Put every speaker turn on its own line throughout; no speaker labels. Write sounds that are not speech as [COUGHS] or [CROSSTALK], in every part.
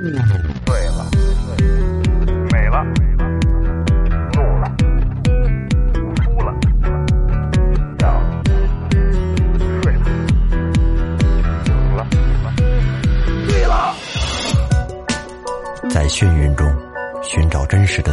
醉了，美了，怒了，哭了，笑了，睡了，醒了，醉了。
在眩晕中寻找真实的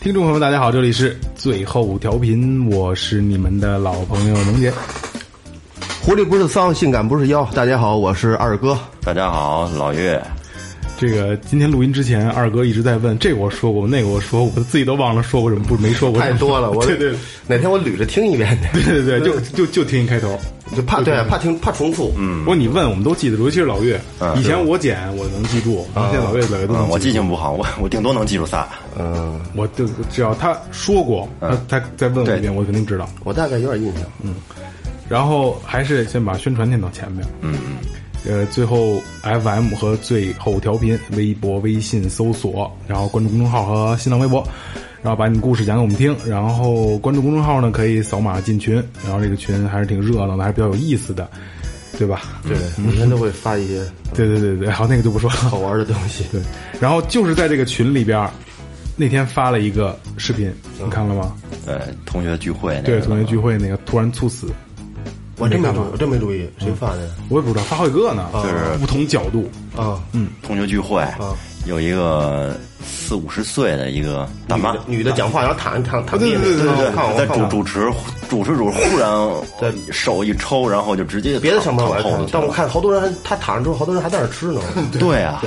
听众朋友们，大家好，这里是最后调频，我是你们的老朋友萌姐。
狐狸不是丧，性感不是妖。大家好，我是二哥。
大家好，老岳，
这个今天录音之前，二哥一直在问这个我说过，那个我说过，我自己都忘了说过什么，不是没说过什
太
么。
多
[LAUGHS]
了，我
对对
哪天我捋着听一遍去，
对对对，就就就听一开头。
就怕对怕听怕重复。嗯，
不过你问我们都记得住，尤其是老岳，以前我剪我能记住，现在老岳老岳都
嗯，
能
我
记
记
住。
性不好，我我顶多能记住仨。嗯
我就只要他说过，他他再问我一遍，我肯定知道。
我大概有点印象。
然后还是先把宣传念到前面。嗯嗯。呃，最后 FM 和最后调频，微博、微信搜索，然后关注公众号和新浪微博，然后把你故事讲给我们听。然后关注公众号呢，可以扫码进群，然后这个群还是挺热闹的，还是比较有意思的，对吧？
对，每天都会发一些
对对对对，好，那个就不说了
好。玩的东西。
对，然后就是在这个群里边儿，那天发了一个视频，你看了吗？
对，呃同学聚会那
对，
个，
同学聚会那个突然猝死，
我真没
没看
注意
过，
我真没注意谁发的呀
我也不知道发好几个呢，
就是
不同角度。
啊？
同学聚会，有一个四五十岁的一个大妈，
女的讲话然后躺躺躺地上，哦
对对对
我看我
在
看
主
我
主持主持主持忽然手一抽，然后就直接
别的上班我还
躺后
看
头，去
但
了
我看好多人还他躺着之后，好多人还在那儿吃呢，
对啊，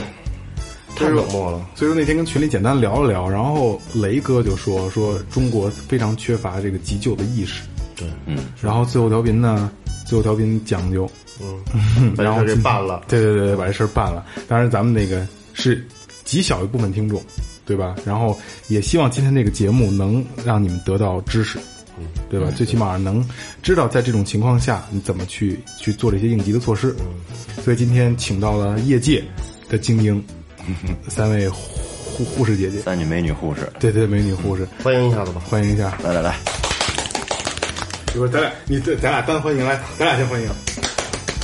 太冷漠了。
所以说那天跟群里简单聊了聊，然后雷哥就说说中国非常缺乏这个急救的意识，
对，
然后最后调频呢，最后调频讲究，
嗯，
然后
这
今
办了，
对对对对，把这事儿办了。当然，咱们那个是极小一部分听众，对吧？然后也希望今天这个节目能让你们得到知识，
嗯
对吧？最起码能知道在这种情况下你怎么去去做这些应急的措施。
嗯
所以今天请到了业界的精
[LAUGHS]
英，三位护护士姐姐，
三女美女护士，
对对，美女护士，
欢迎一下子吧。
欢迎一下。
来来来，
一会儿咱俩，你对，咱俩单欢迎来，咱俩先欢迎，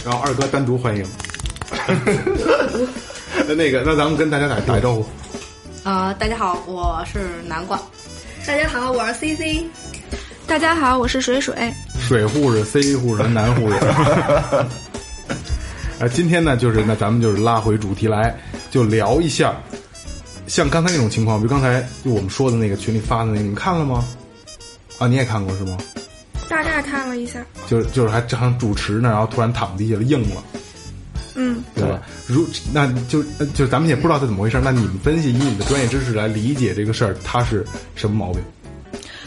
然后二哥单独欢迎。 [LAUGHS] 那那个，那咱们跟大家打打一招呼。
呃，大家好，我是南瓜。
大家好，我是 CC。
大家好，我是水水。
水护士、C 护士、男护士。 [LAUGHS] 啊，今天呢，就是那咱们就是拉回主题来，就聊一下，像刚才那种情况，比如刚才就我们说的那个群里发的那个，你们看了吗？啊，你也看过是吗？
大概看了一下，
就是就是还正主持呢，然后突然躺地下了，硬了。
嗯，
对吧？如那就呃就咱们也不知道他怎么回事，那你们分析以你们的专业知识来理解这个事儿，他是什么毛病？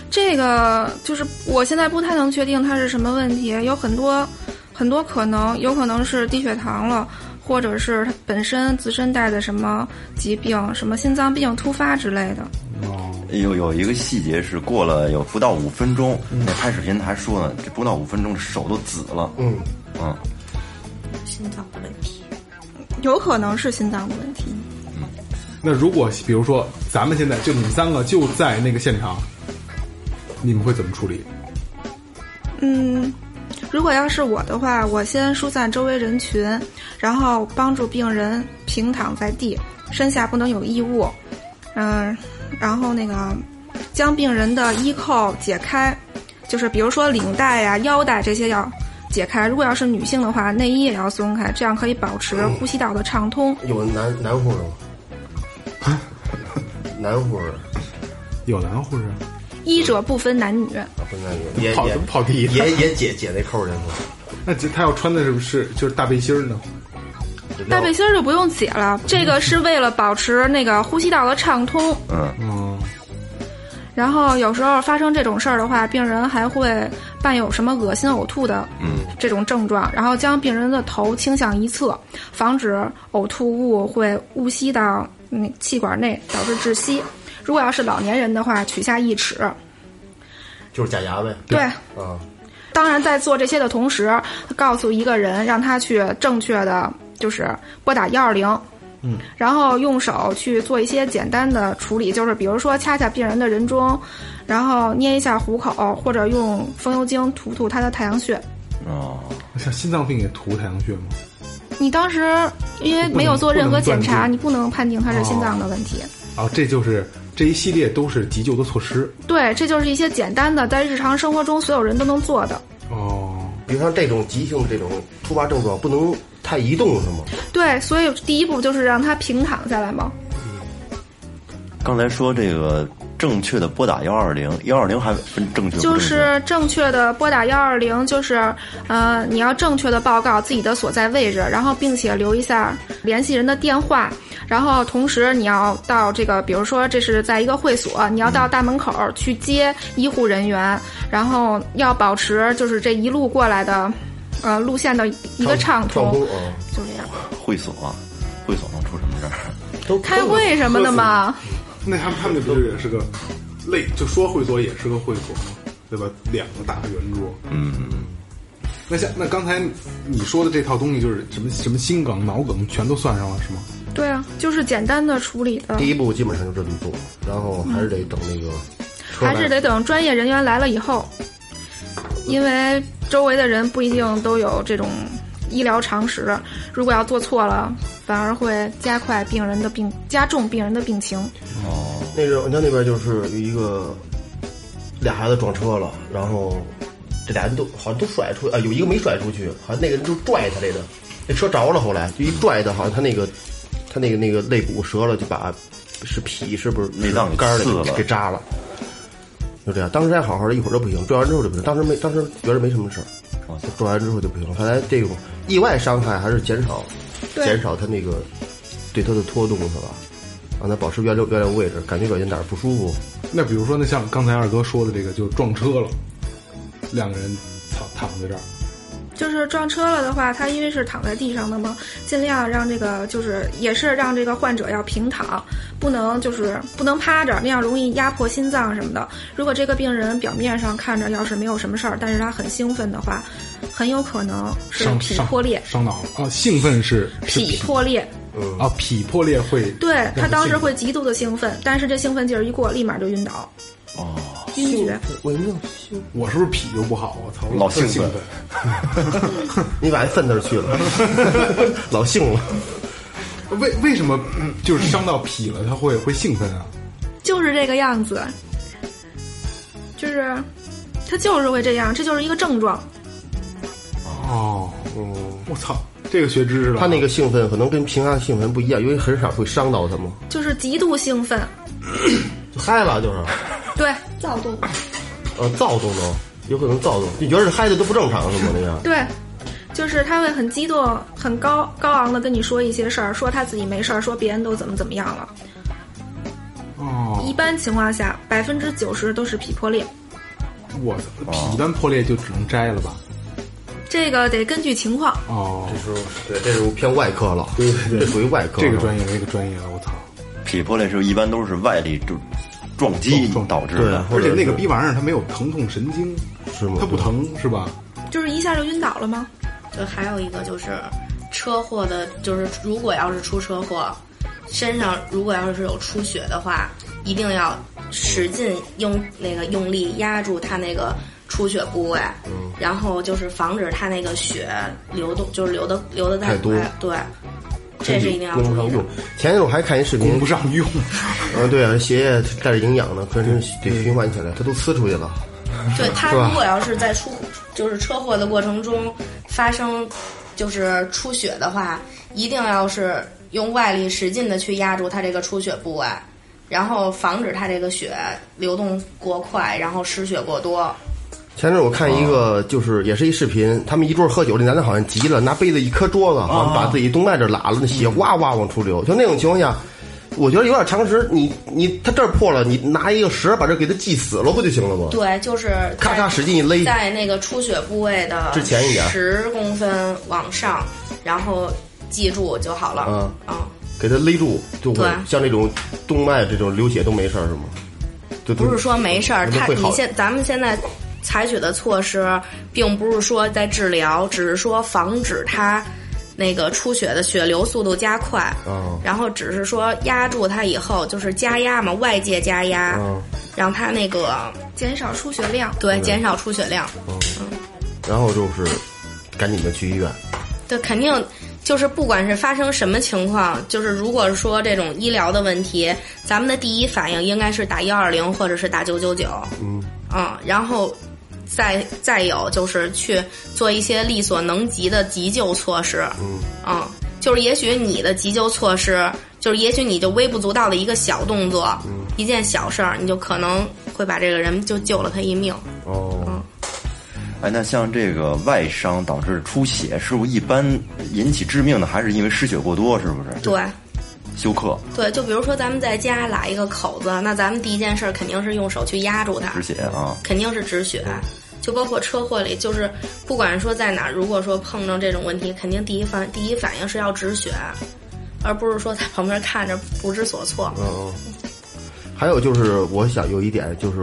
这个就是我现在不太能确定它是什么问题，有很多很多可能，有可能是低血糖了，或者是他本身自身带的什么疾病，什么心脏病突发之类的。
哦，
有有一个细节是过了有不到五分钟，
嗯
那拍视频还说呢，这不到五分钟手都紫了，
嗯，
嗯，
心脏的问题，
有可能是心脏的问题，
那如果比如说咱们现在就你们三个就在那个现场，你们会怎么处理？
嗯，如果要是我的话，我先疏散周围人群，然后帮助病人平躺在地，身下不能有异物。嗯，然后那个将病人的衣扣解开，就是比如说领带呀、腰带这些要解开。如果要是女性的话，内衣也要松开，这样可以保持呼吸道的畅通。
有男男护士吗？男护士
有男护士
医者不分男女，
啊，不是男女，也
跑
也
跑题
也也解解那扣去吗？
[LAUGHS] 那这他要穿的是不是就是大背心儿呢？
大背心儿就不用解了，这个是为了保持那个呼吸道的畅通。
嗯，
嗯，
然后有时候发生这种事儿的话，病人还会伴有什么恶心、呕吐的这种症状，然后将病人的头倾向一侧，防止呕吐物会误吸到那气管内，导致窒息。如果要是老年人的话，取下一尺。
就是假牙呗。
对，
啊，
当然在做这些的同时，告诉一个人让他去正确的就是拨打幺二零。
嗯，
然后用手去做一些简单的处理，就是比如说掐掐病人的人中，然后捏一下虎口，或者用风油精涂涂他的太阳穴。
哦，
像心脏病也涂太阳穴吗？
你当时因为没有做任何检查，
不能
你不能判定他是心脏的问题。
啊，这就是这一系列都是急救的措施
对，这就是一些简单的，在日常生活中所有人都能做的。
哦。
比如像这种急性这种突发症状，不能太移动是吗？
对，所以第一步就是让他平躺下来嘛。
刚才说这个正确的拨打幺二零，幺二零还分正确不正确
就是正确的拨打幺二零，就是呃，你要正确的报告自己的所在位置，然后并且留一下联系人的电话，然后同时你要到这个，比如说这是在一个会所，你要到大门口去接医护人员，然后要保持就是这一路过来的呃路线的一个畅
畅
通
通，
嗯
啊，
就这样。
会所，啊会所能出什么事儿？
都
开会什么的？嘛，
那他们他们那不是也是个类，就说会所也是个会所吗？对吧？两个大圆桌。
嗯，
那像那刚才你说的这套东西，就是什么什么心梗、脑梗，全都算上了是吗？
对啊，就是简单的处理的
第，一步基本上就这么做，然后还是得等那个车来
还是得等专业人员来了以后，因为周围的人不一定都有这种医疗常识，如果要做错了，反而会加快病人的病，加重病人的病情。
那是我家那边就是有一个俩孩子撞车了，然后这俩人都好像都甩出啊，有一个没甩出去，好像那个人就拽他来着，那车着了，后来就一拽他，好像他那个他那个那个肋骨折了，就把是脾是不是
内脏给
肝儿
刺
给
了
给扎了。就这样，当时还好好的，一会儿都不行，撞完之后就不行。当时没，当时觉得没什么事儿，
我操，
撞完之后就不行了。看来这种意外伤害还是减少，
对
减少他那个对他的拖动是吧？让他保持原来原来位置，感觉软件哪儿不舒服，
那比如说，那像刚才二哥说的这个，就是撞车了，两个人躺躺在这儿，
就是撞车了的话，他因为是躺在地上的嘛，尽量让这个就是也是让这个患者要平躺，不能就是不能趴着，那样容易压迫心脏什么的。如果这个病人表面上看着要是没有什么事儿，但是他很兴奋的话，很有可能是
伤
脾
伤
破裂。
伤脑了啊！兴奋是是
脾破裂，
嗯
啊，脾破裂会
对
让
他当时
兴奋
会极度的兴奋，但是这兴奋劲儿一过，立马就晕倒。哦，晕厥。
我也没有兴奋，
我是不是脾就不好？我操，
老
特
兴
兴
奋
奋。
你把那粪那儿去了，老兴了。 [LAUGHS]
为为什么就是伤到脾了，他会会兴奋啊？
就是这个样子，就是他就是会这样，这就是一个症状。
哦，我操，这个学知识了。
他那个兴奋可能跟平常兴奋不一样，因为很少会伤到他嘛，
就是极度兴奋，
就嗨了就是，
对
躁动，
呃，躁动都有可能躁动，你觉得是嗨的都不正常是吗？那样
[LAUGHS] 对，就是他会很激动、很高高昂的跟你说一些事儿，说他自己没事儿，说别人都怎么怎么样了。
哦，
一般情况下，百分之九十都是脾破裂，
我操，脾一般破裂就只能摘了吧？
这个得根据情况。
哦，
这是对，这是偏外科了，对对对，这属于外科了，
这个专业那个专业了，我操！
脾破裂是一般都是外力就撞击
撞撞
导致
对
的，
或
而
者
且那个
是
逼玩意儿它没有疼痛神经，
是吗
它不疼是吧？
就是一下就晕倒了吗？
就还有一个就是车祸的，就是如果要是出车祸，身上如果要是有出血的话，一定要使劲用那个用力压住他那个出血部位，
嗯
然后就是防止他那个血流动，就是流的流的
太
太
多
快，对，这
身
是
体
一定要
供不
注
上
意的
用。。前一阵我还看一视频
供，不上用， [LAUGHS]
嗯，对啊，血液带着营养呢，全身得循环起来，它都呲出去了。
对他
是吧
如果要是在出就是车祸的过程中发生就是出血的话，一定要是用外力使劲的去压住他这个出血部位，然后防止他这个血流动过快，然后失血过多。
前阵我看一个，就是也是一视频，他们一桌喝酒，这男的好像急了，拿杯子一磕桌子，好像把自己动脉这拉了，那血哗哗往出流。就那种情况下，我觉得有点常识，你你他这儿破了，你拿一个石把这给它系死了不就行了吗？
对，就是在
咔嚓使劲一勒
在那个出血部位的
之前一点
十公分往上，然后记住就好了。
啊
啊，
给它勒住，就会
对
像这种动脉这种流血都没事儿是吗？就
不是说没事儿，
那嗯
他
会好
你现咱们现在采取的措施，并不是说在治疗，只是说防止他那个出血的血流速度加快，
啊
然后只是说压住他以后，就是加压嘛，外界加压，
啊，
让他那个
减少出血量。
对减少出血量。
然后就是赶紧的去医院。
对，肯定就是不管是发生什么情况，就是如果是说这种医疗的问题，咱们的第一反应应该是打幺二零或者是打九九九，
嗯
嗯，然后再再有就是去做一些力所能及的急救措施，
嗯
嗯，就是也许你的急救措施，就是也许你就微不足道的一个小动作，
嗯
一件小事儿，你就可能会把这个人就救了他一命。
哦，
哎，那像这个外伤导致出血，是不是一般引起致命的还是因为失血过多？是不是？
对
休克
对，就比如说咱们在家拉一个口子，那咱们第一件事儿肯定是用手去压住它，
止血啊，
肯定是止血。就包括车祸里，就是不管说在哪儿，如果说碰着这种问题，肯定第一反第一反应是要止血，而不是说在旁边看着不知所措。
嗯嗯。还有就是，我想有一点就是，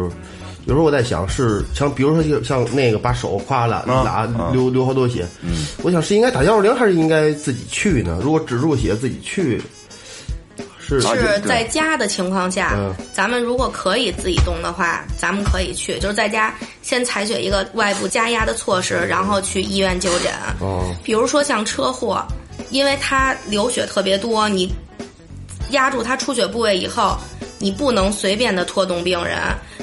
有时候我在想是像，比如说就像那个把手夸了一
啊
拉
啊
流流好多血，
嗯，
我想是应该打幺二零还是应该自己去呢？如果止住血自己去，是
啊
是
对
在家的情况下
嗯，
咱们如果可以自己动的话，咱们可以去，就是在家先采取一个外部加压的措施，然后去医院就诊。
哦，
比如说像车祸，因为它流血特别多，你压住它出血部位以后，你不能随便的拖动病人。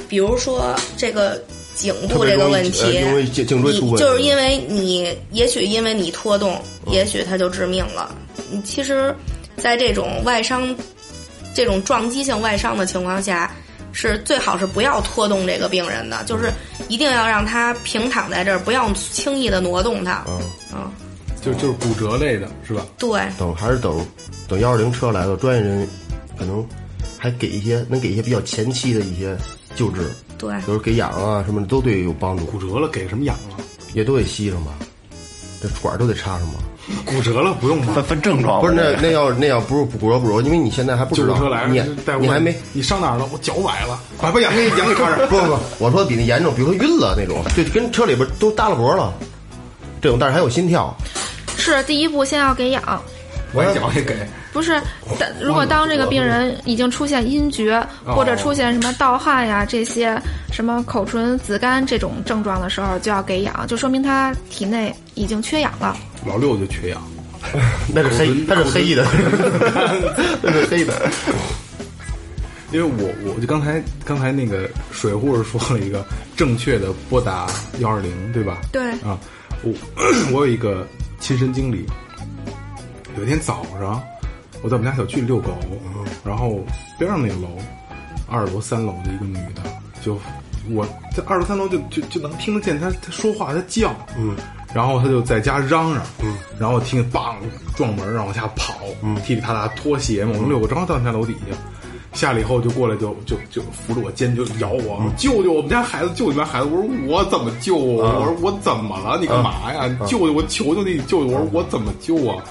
比如说这个颈
特
部
别
这个
容易
问
呃
题，
因为颈颈椎出
你
问题，
就是因为你，也许因为你拖动，
嗯
也许它就致命了。你其实，在这种外伤、这种撞击性外伤的情况下，是最好是不要拖动这个病人的，就是一定要让他平躺在这儿，不要轻易的挪动他。
嗯
嗯，
就就是骨折类的是吧？
对，
等还是等等幺二零车来了，专业人可能还给一些能给一些比较前期的一些救治，
对，
比如给氧啊什么的都对有帮助，
骨折了给什么养啊？
也都得吸上吧，这管儿都得插上吧。
骨折了不用吧
分？分症状
不是
吧
那
这
那要那要不是骨折不折，因为你现在还不
救
知
护
道
车来，了，
你
就带我啊
你还没
你上哪儿了？我脚崴了，把把氧气氧给 [LAUGHS] 插上。
[LAUGHS] 不不不，我说比那严重，比如说晕了那种，就跟车里边都耷拉脖了，这种但是还有心跳，
是第一步，先要给氧。
我也脚也给，
不是，但如果当这个病人已经出现晕厥
哦
或者出现什么盗汗呀这些什么口唇紫干这种症状的时候，就要给氧，就说明他体内已经缺氧了。
老六就缺氧。
那是黑，那是
[LAUGHS]
黑的，那是黑的，
因为我我就刚才刚才那个水护士说了一个正确的拨打幺二零，对吧？
对
啊，我 [COUGHS] 我有一个亲身经历，有一天早上我在我们家小区遛狗，然后边上那楼二楼三楼的一个女的，就我在二楼三楼就就就能听得见她她说话，她叫，嗯。然后她就在家嚷嚷，嗯，然后我听见梆撞门，然后往下跑，嗯，噼里啪啦脱鞋嘛，我们遛狗正好到我们家楼底下，下来以后就过来就就就扶着我肩就咬我，救救我们家孩子，救你们家孩子！我说我怎么救啊？我说我怎么了？你干嘛呀？你救救我！求求你救救我！我说我怎么救啊？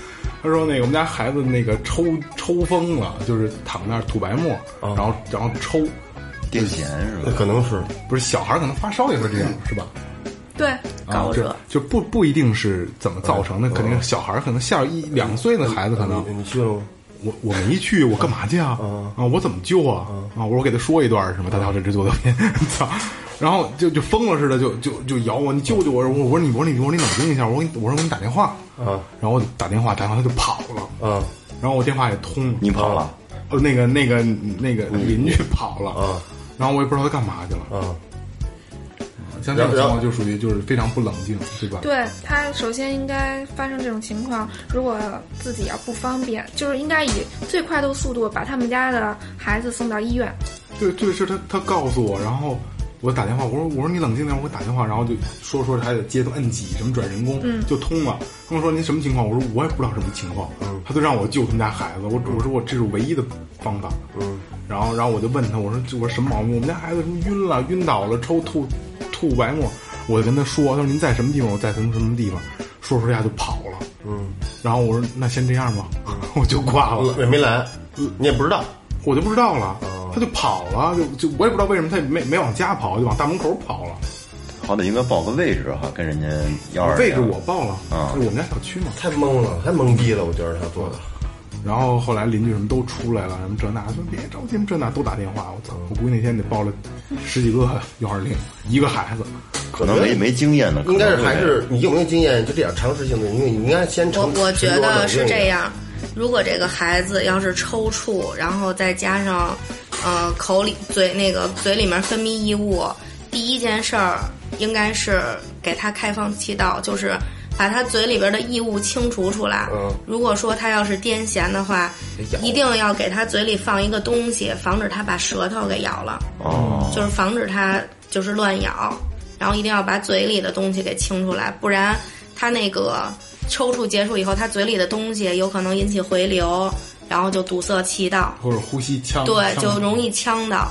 他说那个我们家孩子那个抽抽风了，就是躺那儿吐白沫，然后然后抽，
癫痫是吧？
可能是
不是小孩儿可能发烧也会这样是吧？
对，
啊
高，
就
热。
就不不一定是怎么造成的，肯定是小孩儿可能下一两岁的孩子可能
你去了吗？
我我没去，我干嘛去啊？啊，我怎么救啊？啊，我说我给他说一段什么，大家好，这是做豆片，操！ [LAUGHS] 然后就就疯了似的，就就就咬我，你救救我！我我说你我说你我说你冷静一下，我说你我说我给你打电话，
啊
然后我就打电话，打电话他就跑了，
啊
然后我电话也通了，
你跑了，
呃那个那个那个邻居跑了，
嗯啊
然后我也不知道他干嘛去了，啊
啊！
像这种
然
情
后
况就属于就是非常不冷静，对吧？
对他首先应该发生这种情况，如果自己要不方便，就是应该以最快的速度把他们家的孩子送到医院。
对对，是他他告诉我，然后我打电话，我说我说你冷静点，我给打电话，然后就说说还得接都摁几什么转人工，
嗯
就通了。他们说您什么情况？我说我也不知道什么情况，他就让我救他们家孩子，我我说我这是唯一的方法，嗯，然后然后我就问他，我说这我说什么毛病？我们家孩子什么晕了、晕倒了、抽吐吐白沫，我就跟他说，他说您在什么地方？我在什么什么地方，说说一下就跑了，
嗯，
然后我说那先这样吧，我就挂了，
没没来，
嗯
你也不知道，
我就不知道了，
哦
他就跑了，就就我也不知道为什么他也没没往家跑，就往大门口跑了，
好歹应该报个位置哈，跟人家要二
位置我报了，
啊
是我们家小区嘛，
太懵了，太懵逼了，我觉得他做的。
然后后来邻居什么都出来了，什么这那说别着急，这那都打电话，我操！
嗯
我估计那天得报了十几个幺二零，一个孩子，
可能没没经验呢，
应该是还是你有没有经验？就这点常识性的，因为你应该先
我
成。
我觉得是这
样。
样，如果这个孩子要是抽搐，然后再加上，呃，口里嘴那个嘴里面分泌异物，第一件事儿应该是给他开放气道，就是把他嘴里边的异物清除出来。
嗯
如果说他要是癫痫的话，一定要给他嘴里放一个东西，防止他把舌头给咬了。
哦
就是防止它就是乱咬，然后一定要把嘴里的东西给清出来，不然它那个抽搐结束以后，它嘴里的东西有可能引起回流，然后就堵塞气道，
或者呼吸呛，
对，
呛
就容易哦呛到。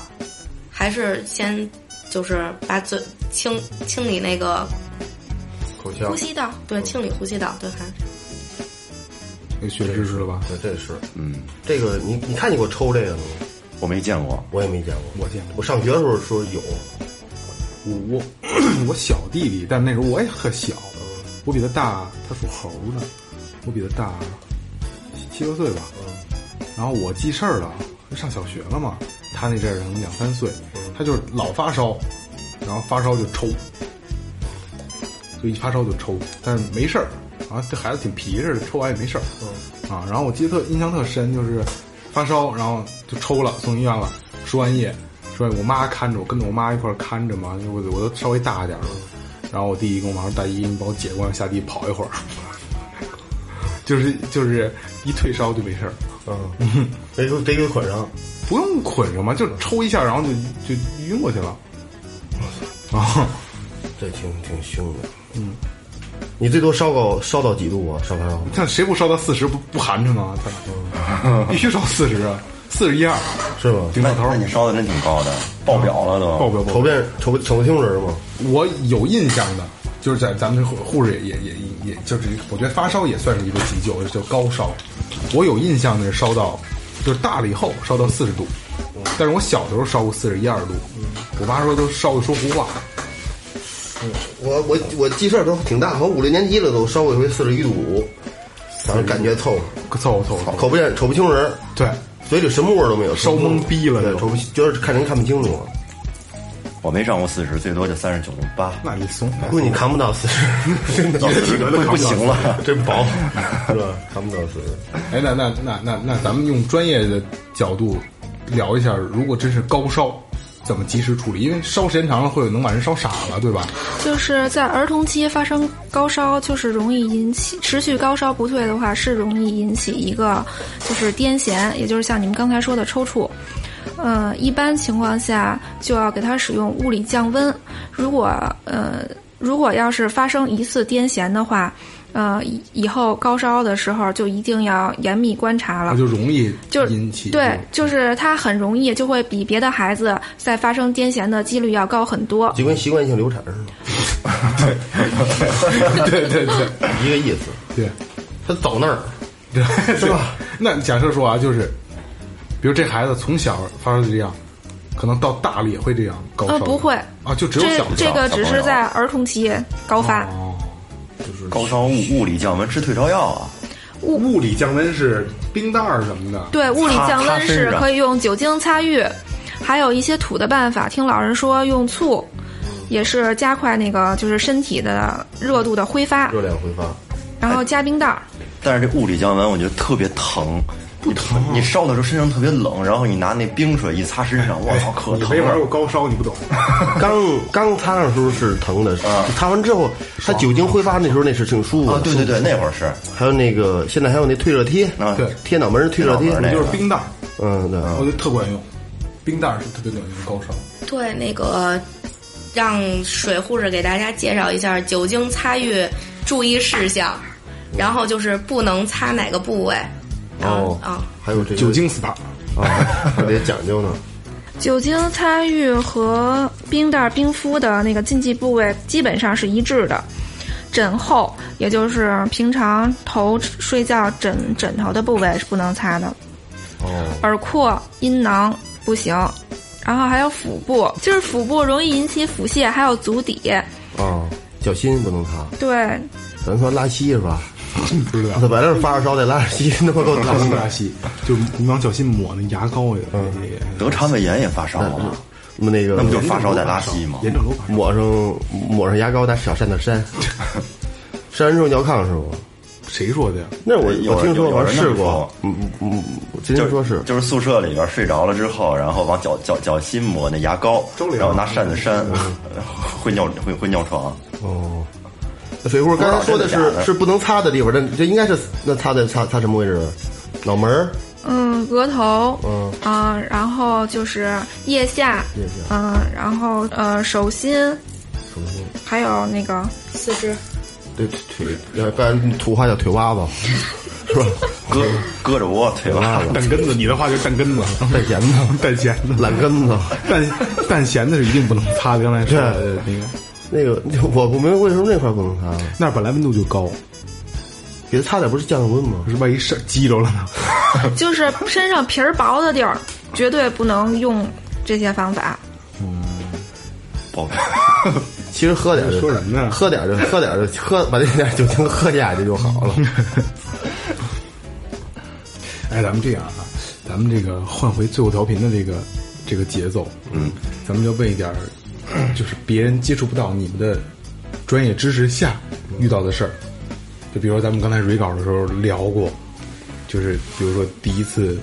还是先就是把嘴清清理那个
口腔
呼吸道，对，清理呼吸道，对，还
给学知识了吧？
对，这是
嗯，
这个你你看见过抽这个的吗？
我没见过，
我也没见过，
我见过。
我上学的时候说有，
我 [CLEARS THROAT] 我小弟弟，但那时候我也很小，我比他大，他属猴的，我比他大七七八岁吧。然后我记事儿了，上小学了嘛，他那阵儿可能两三岁，他就是老发烧，然后发烧就抽，就一发烧就抽，但是没事儿。啊，这孩子挺皮实的，抽完也没事儿。
嗯
啊，然后我记得特印象特深，就是发烧，然后就抽了，送医院了，输完液，说我妈看着我，跟着我妈一块儿看着嘛，因为我我都稍微大一点了。然后我弟弟跟我妈说：“大姨，你把我姐给我下地跑一会儿。” [LAUGHS] 就是就是一退烧就没事儿，
嗯，得给得给捆上，
不用捆上嘛，就抽一下，然后就就晕过去了。啊，
这挺挺凶的。嗯，你最多烧高烧到几度啊？烧高烧
像谁不烧到四十不不寒碜吗？他必须烧四十，啊四十一二
是吧？
顶到头。
嗯那你烧的真挺高的，爆表了都，
报表
瞅遍瞅瞅不清人吗？
我有印象的，就是在咱们这护护士也也也也也就是我觉得发烧也算是一个急救，就高烧。我有印象的是烧到，就是大了以后烧到四十度，但是我小的时候烧过四十一二度，我妈说都烧的说胡话。
我我我记事儿都挺大，好像五六年级了都烧过一回四十一度五，反正感觉凑合
凑合凑合，
瞅不见瞅不清人，
对，
嘴里什么味儿都没有，
烧懵逼了
对
都
瞅不觉得看人看不清楚了，
我没上过四十，最多就三十九八，
那你怂，
估计你扛不到四十， [LAUGHS] 真的，
到40都扛不行了
真薄， [LAUGHS] 是吧？扛不到四十，
哎，那那那那那咱们用专业的角度聊一下，如果真是高烧，怎么及时处理？因为烧时间长了会有能把人烧傻了，对吧？
就是在儿童期发生高烧，就是容易引起持续高烧不退的话，是容易引起一个就是癫痫，也就是像你们刚才说的抽搐。呃，一般情况下就要给他使用物理降温。如果呃，如果要是发生疑似癫痫的话，呃，以以后高烧的时候就一定要严密观察了
那。就容易
就是
引起
对，就是他很容易就会比别的孩子在发生癫痫的几率要高很多。
就跟习惯性流产似的。
[LAUGHS] 对对对
一个意思。
对，
他走那儿，
对，是吧？那假设说啊，就是，比如这孩子从小发烧就这样，可能到大了也会这样高烧。
呃，不会
啊，就只有
这
小哦的啊
这个只是在儿童期高发。
高烧物物理降温吃退烧药啊，
物
物理降温是冰袋儿什么的。
对，物理降温是可
以。
以用酒精擦浴，还有一些土的办法。听老人说用醋，
嗯
也是加快那个就是身体的热度的挥发，
热量挥
[LAUGHS]
发。
然后加冰袋儿。
但是这物理降温我觉得特别疼，不疼，你烧的时候身上特别冷，然后你拿那冰水一擦身上，我操，可
哎你
疼
没玩过
了。
高烧，你不懂。
刚刚擦上的时候是疼的，擦完之后，它酒精挥发那时候那是挺舒服的。
啊啊，对对对，那会儿是
还有那个现在还有那退热贴，
啊，
对
贴脑门儿退热贴
贴脑，门
那
儿哦
就是冰袋儿，
嗯对啊
我觉得特管用。冰袋儿是特别管用高烧。
对那个让水护士给大家介绍一下酒精擦浴注意事项，然后就是不能擦哪个部位。然后
哦
啊、
还有这个
酒精 SPA
啊，还得讲究呢。
[LAUGHS]
酒精擦浴和冰袋冰敷的那个禁忌部位基本上是一致的，枕后，也就是平常头睡觉枕枕头的部位是不能擦的，
哦，
耳廓、阴囊不行，然后还有腹部，就是腹部容易引起腹泻，还有足底，
啊，脚心不能擦，
对，
咱算拉稀是吧？
不知道 [LAUGHS]
我操，本来是发着烧得拉着稀，他妈给我
[LAUGHS]
拉
疼
稀
的
拉。稀， [LAUGHS] 嗯就你往脚心抹那牙膏也也
得肠胃炎也发烧啊，
那么那个
那不就发烧再拉稀吗？
炎症都发
抹上抹上牙膏，拿小扇子扇，扇完之后尿炕是不？
谁说的呀？
那我
有
我听说
有有
我
人那么
试过
说，
嗯嗯嗯，我今天说是
就是宿舍里边睡着了之后，然后往脚脚脚心抹那牙膏，
周礼啊
然后拿扇子扇，
嗯
[LAUGHS] 会尿会会尿床。
哦。那水壶刚才说的
不知道真的假
是
的
是不能擦的地方，那这应该是那擦在擦擦什么位置？啊脑门儿
嗯，额头，
嗯
啊、然后就是腋下，
腋下
嗯、然后呃手心，
什么？
还有
[LAUGHS]
那个
四肢
对腿，呃，刚才土话叫腿挖子，是吧？
搁
[LAUGHS]
搁着窝腿吧，
蛋根子，你的话就是蛋 [LAUGHS] 根子，
带钱的，
蛋咸的，
懒根子。
[LAUGHS] 蛋蛋咸的是一定不能擦的。刚才说的那个，
那个我我没有为什么那块不能擦？
那儿本来温度就高，
给它擦点不是降降温吗
可？是万一晒激着了呢？
就是身上皮儿薄的地儿，绝对不能用这些方法。
嗯
宝贝，
其实喝点就
说什么呢
喝点就喝点就喝，把那点酒精喝下去就好
[LAUGHS]
了。
哎，咱们这样啊，咱们这个换回最后调频的这个这个节奏，嗯，咱们就问一点儿，就是别人接触不到你们的专业知识下遇到的事儿，就比如说咱们刚才蕊稿的时候聊过，就是比如说第一次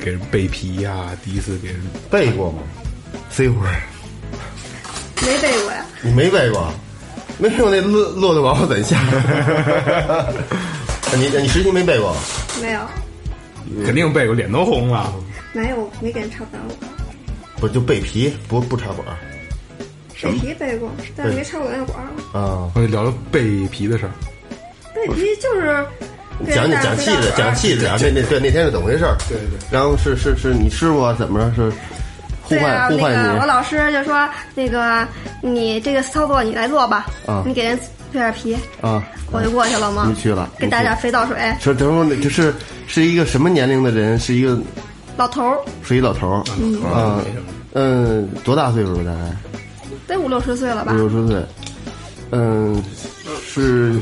给人背皮呀、第一次给人
背过吗？C 会儿
没背过呀。
你没背过，没有那骆骆驼王八怎 [LAUGHS] 下？你你实际没背过？
没有，
肯定背过，脸都红了。
没有，没给人插管过。
不就背皮，不不插管儿
背皮背过，但是没插过尿管儿。
啊？
我就聊聊背皮的事儿，
背皮就是被
讲
人打
讲
回
气
到
质，
哪
讲
儿
气质啊！那那对那天是怎么回事儿？对对。然后是是是你师傅啊怎么着？是呼
对啊
唤，
那
呼唤
个我
你
老师就说，那个你这个操作你来做吧，
啊
你给人背点皮，
啊？
我就过去了嘛，
你去了
给打
你去
点肥皂水，
说等会儿那就是是一个什么年龄的人？是一个
老头儿
是一老头儿啊
没什么，
嗯，多大岁数了大概？
得五六十岁了吧
五？六十岁，嗯，是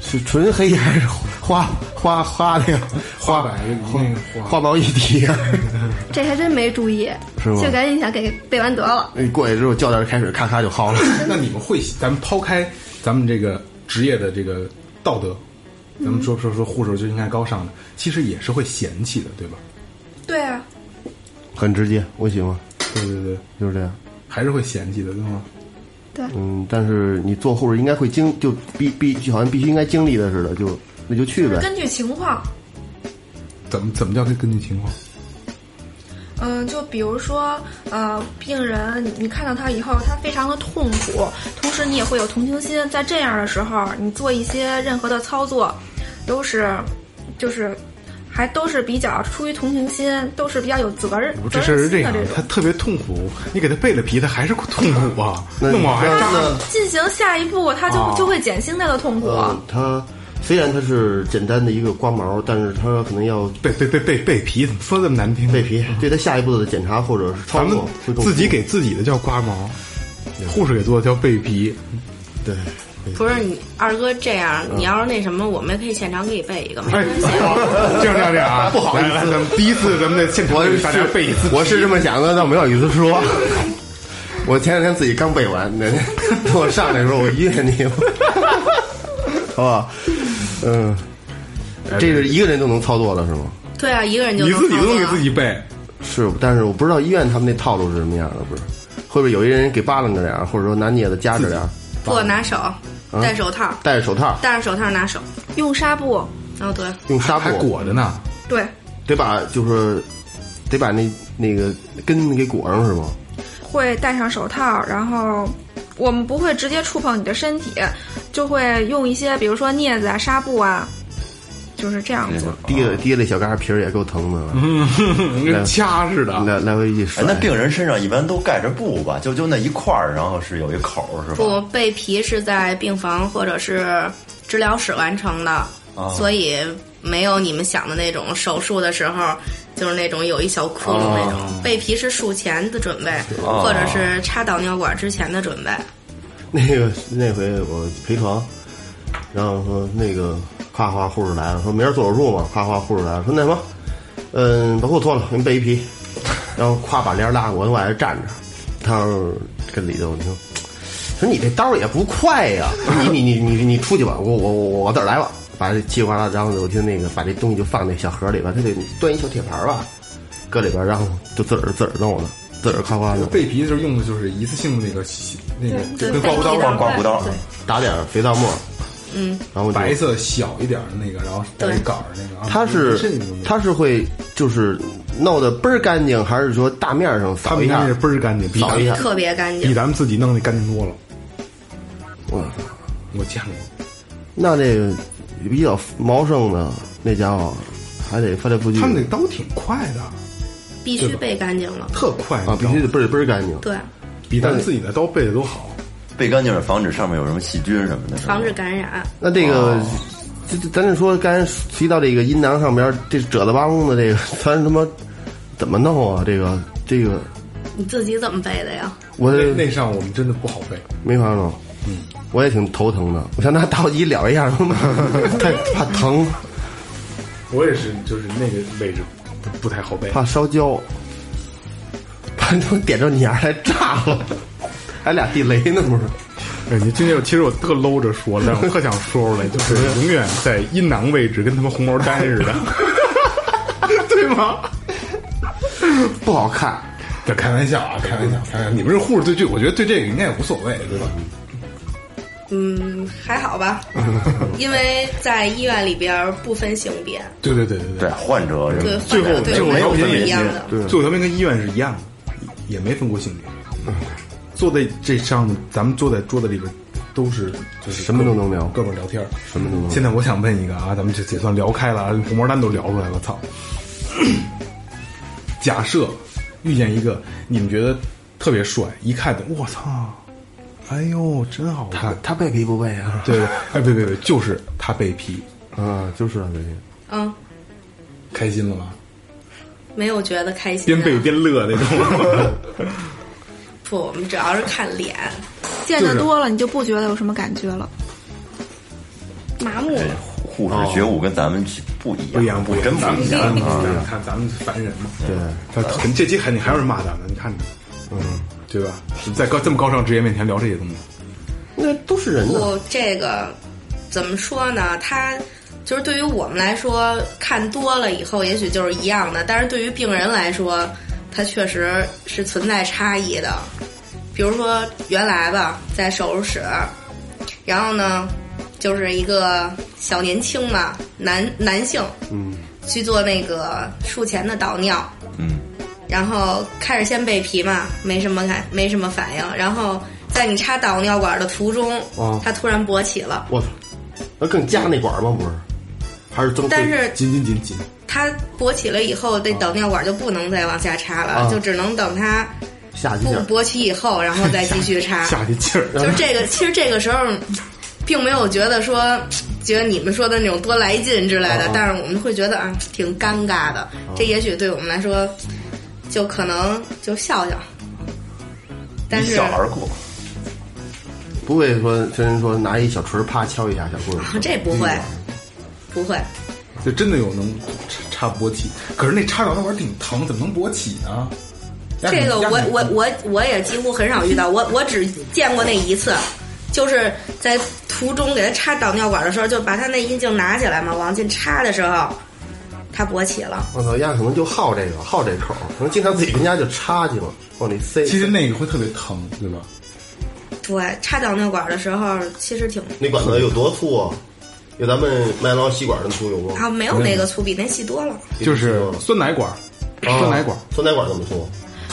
是纯黑还是花花花那个
花白那个
花毛一体？啊
这还真没注意，
是吗
就赶紧想给背完得了。
[LAUGHS] 你过去之后浇点开水，咔咔就薅了。
那你们会，咱们抛开咱们这个职业的这个道德，咱们说说说护士就应该高尚的，其实也是会嫌弃的，对吧？
对啊，
很直接，我喜欢，
对对对，
就是这样。
还是会嫌弃的，对吗？
嗯，但是你做护士应该会经，就必必就好像必须应该经历的似的，就那就去呗。
根据情况，
怎么怎么叫根据情况？
嗯，就比如说，呃，病人你看到他以后，他非常的痛苦，同时你也会有同情心。在这样的时候，你做一些任何的操作，都是，就是，还都是比较出于同情心，都是比较有责任
不，
责
这事儿
任
是这
心的
样啊
这，
他
种。
特别痛苦，你给他背了皮，他还是痛苦啊，
那
弄完还扎
那
进行下一步，他就、
哦
就会减轻他的痛苦。
呃，它虽然它是简单的一个刮毛，但是它可能要
背背背背背皮，怎么说这么难听？
被皮，对它下一步的检查或者是操
咱们
作会更
自己给自己的叫刮毛，护士给做的叫背
[LAUGHS]
皮，
对，
不是你二哥这样，你要是那什么，我们可以现场给你背一个嘛。
哎，好，这样这样这样啊，
不好意思
来来咱们第一次咱们在现场
我
给
是
大家背一次，
我是这么想的，但没好意思说。我前两天自己刚背完，那等我上来的时候我约你，好吧？嗯，这是一个人都能操作的是吗？
对啊，一个人就
你自己
能
都
操
能
作
给自己背，
是，但是我不知道医院他们那套路是什么样的，不是？会不会有一人给扒拉着点儿，或者说拿镊子夹着点儿，
不拿手，
啊
戴手套，
戴着手套，
戴上手套拿手。
用纱布，
哦，对，
用纱
还
布
裹着呢。
对，
得把就是得把那那个根给裹上是吗？
会戴上手套，然后我们不会直接触碰你的身体，就会用一些比如说镊子啊、纱布啊，就是这样子。
提了提了小嘎皮儿也够疼的，
嗯，
跟
掐似的，
来来回一
[LAUGHS] 哎
甩。，
那病人身上一般都盖着布吧？就就那一块儿，然后是有一口儿是吧？
不，被皮是在病房或者是治疗室完成的，
哦
所以没有你们想的那种手术的时候就是那种有一小窟窿那种。
哦
被皮是术前的准备，
哦
或者是插导尿管之前的准备。
[LAUGHS]
那个那回我陪床，
然后说那个，夸夸护士来了，说明儿做手术嘛，夸夸护士来了，说那什么，嗯，把裤子脱了，给你备一批，然后夸把帘儿拉过，我就往外站着，他说跟里头，你说，说你这刀也不快呀，你你你你你出去吧，我我我我自儿来吧，把这叽里呱啦，然后我听那个把这东西就放那小盒里边，他得端一小铁盘儿吧，搁里边，然后就自个儿自个儿弄呢，自个儿夸夸弄。
背皮就是用的就是一次性的那个洗那个，
对
就跟
对
刮胡刀
背皮刀刮刮胡刀对，
打点儿肥皂沫，
嗯，
然后就
白色小一点的那个，然后带一杆儿那个啊。
他是
这种
他是会就是弄得倍儿干净，还是说大面上
他
扫
们
一下
家是？倍儿干净，比咱
扫一下
特别干净
比咱们自己弄的干净多了。
我
我见过，
那这个比较茂盛的那家伙，还得翻来覆去。
他们那刀挺快的，
必须被干净了。
特快
啊，必须得倍儿倍儿干净。
对，
比咱自己的刀备的都好。
背干净是防止上面有什么细菌什么的。是吧
防止感染。
那这
哦
个，这这咱就说刚才提到这个阴囊上边这褶子巴公的这个， [LAUGHS] 咱他妈怎么弄啊？这个这个
你自己怎么背的呀？
我
那那上我们真的不好背，
没法弄。嗯，我也挺头疼的，我想拿打火机燎一下， [LAUGHS] 他妈太怕疼，
我也是，就是那个位置不不太好背。
怕烧焦， [LAUGHS] 怕他妈点着你丫来炸了，还俩地雷呢不是？
哎，你今天我其实我特搂着说，但是我特想说出来，就是永远在阴囊位置跟他妈红毛丹似 [LAUGHS] 的，对吗？
不好看。
这开玩笑啊，开玩笑，开玩笑。你们是护士，对这，我觉得对这个应该也无所谓，对吧？
嗯，还好
[LAUGHS]
吧，因为在医院里边儿不分性别，
对对对对
对患者
对
人
嗯最后
对
最后
没
调
有
频
分
也
一样的
最后调频跟医院是一样的，也没分过性别。坐在这上，咱们坐在桌子里边都是就是
什么都能聊
哥们儿聊天儿
什么都能聊
现在我想问一个啊，咱们这也算聊开了，啊，红毛丹都聊出来了，操！ [COUGHS] 假设遇见一个你们觉得特别帅，一看就我操，哎呦真好看，
他背皮不背啊？
对，哎别别别，就是他被批，
[LAUGHS] 啊，就是啊，对。
嗯，
开心了吧？
没有觉得开心、
边
啊。
背边乐那种。
不，我们主要是看脸，
见
就
得
是
多了，你就不觉得有什么感觉了，麻木了。
护士觉悟跟咱们不一样，
哦不一样，不一
真
样，
不
咱们
一
咱
样
们
啊！
你看咱们是凡人嘛，
对，
他肯这期肯定还有人骂咱们，你看着，嗯，对吧？在高这么高尚职业面前聊这些东西，
那都是人呢。
不，这个怎么说呢？他就是对于我们来说，看多了以后也许就是一样的，但是对于病人来说，它确实是存在差异的。比如说原来吧，在手术室，然后呢，就是一个小年轻嘛，男男性，
嗯，
去做那个术前的导尿，
嗯，
然后开始先被皮嘛，没什么感，没什么反应。然后在你插导尿管的途中，
哦
它突然勃起了，
我操，那更加那管儿吗？不是，还是增？
但是
紧紧紧紧，
它勃起了以后，这导尿管就不能再往下插了，
啊
就只能等它
下去
不
点儿
勃起以后，然后再继续插。
下去劲儿，
就是这个，其实这个时候，并没有觉得说，觉得你们说的那种多来劲之类的，但是我们会觉得啊，挺尴尬的。这也许对我们来说，就可能就笑笑。但
一
是
笑啊而过，
不会说真人说拿一小锤儿啪敲一下小棍儿。
啊这不会，
嗯
不会，
就真的有能插插勃起，可是那插到那玩意儿挺疼，怎么能勃起呢？
这个我我
嗯
我我也几乎很少遇到，我我只见过那一次，就是在途中给他插导尿管的时候，就把他那阴茎拿起来嘛，往进插的时候，他勃起了。
我操，丫可能就好这个，好这口儿，可能经常自己跟家就插去了，往里塞。
其实那个会特别疼，对吧？
对，插导尿管的时候其实挺
那管子有多粗啊？有咱们麦当劳吸管那么粗有吗？
啊，没有那个粗，比那细多了。
哦
就是酸奶管儿，酸奶管儿，
啊酸奶管儿那么粗，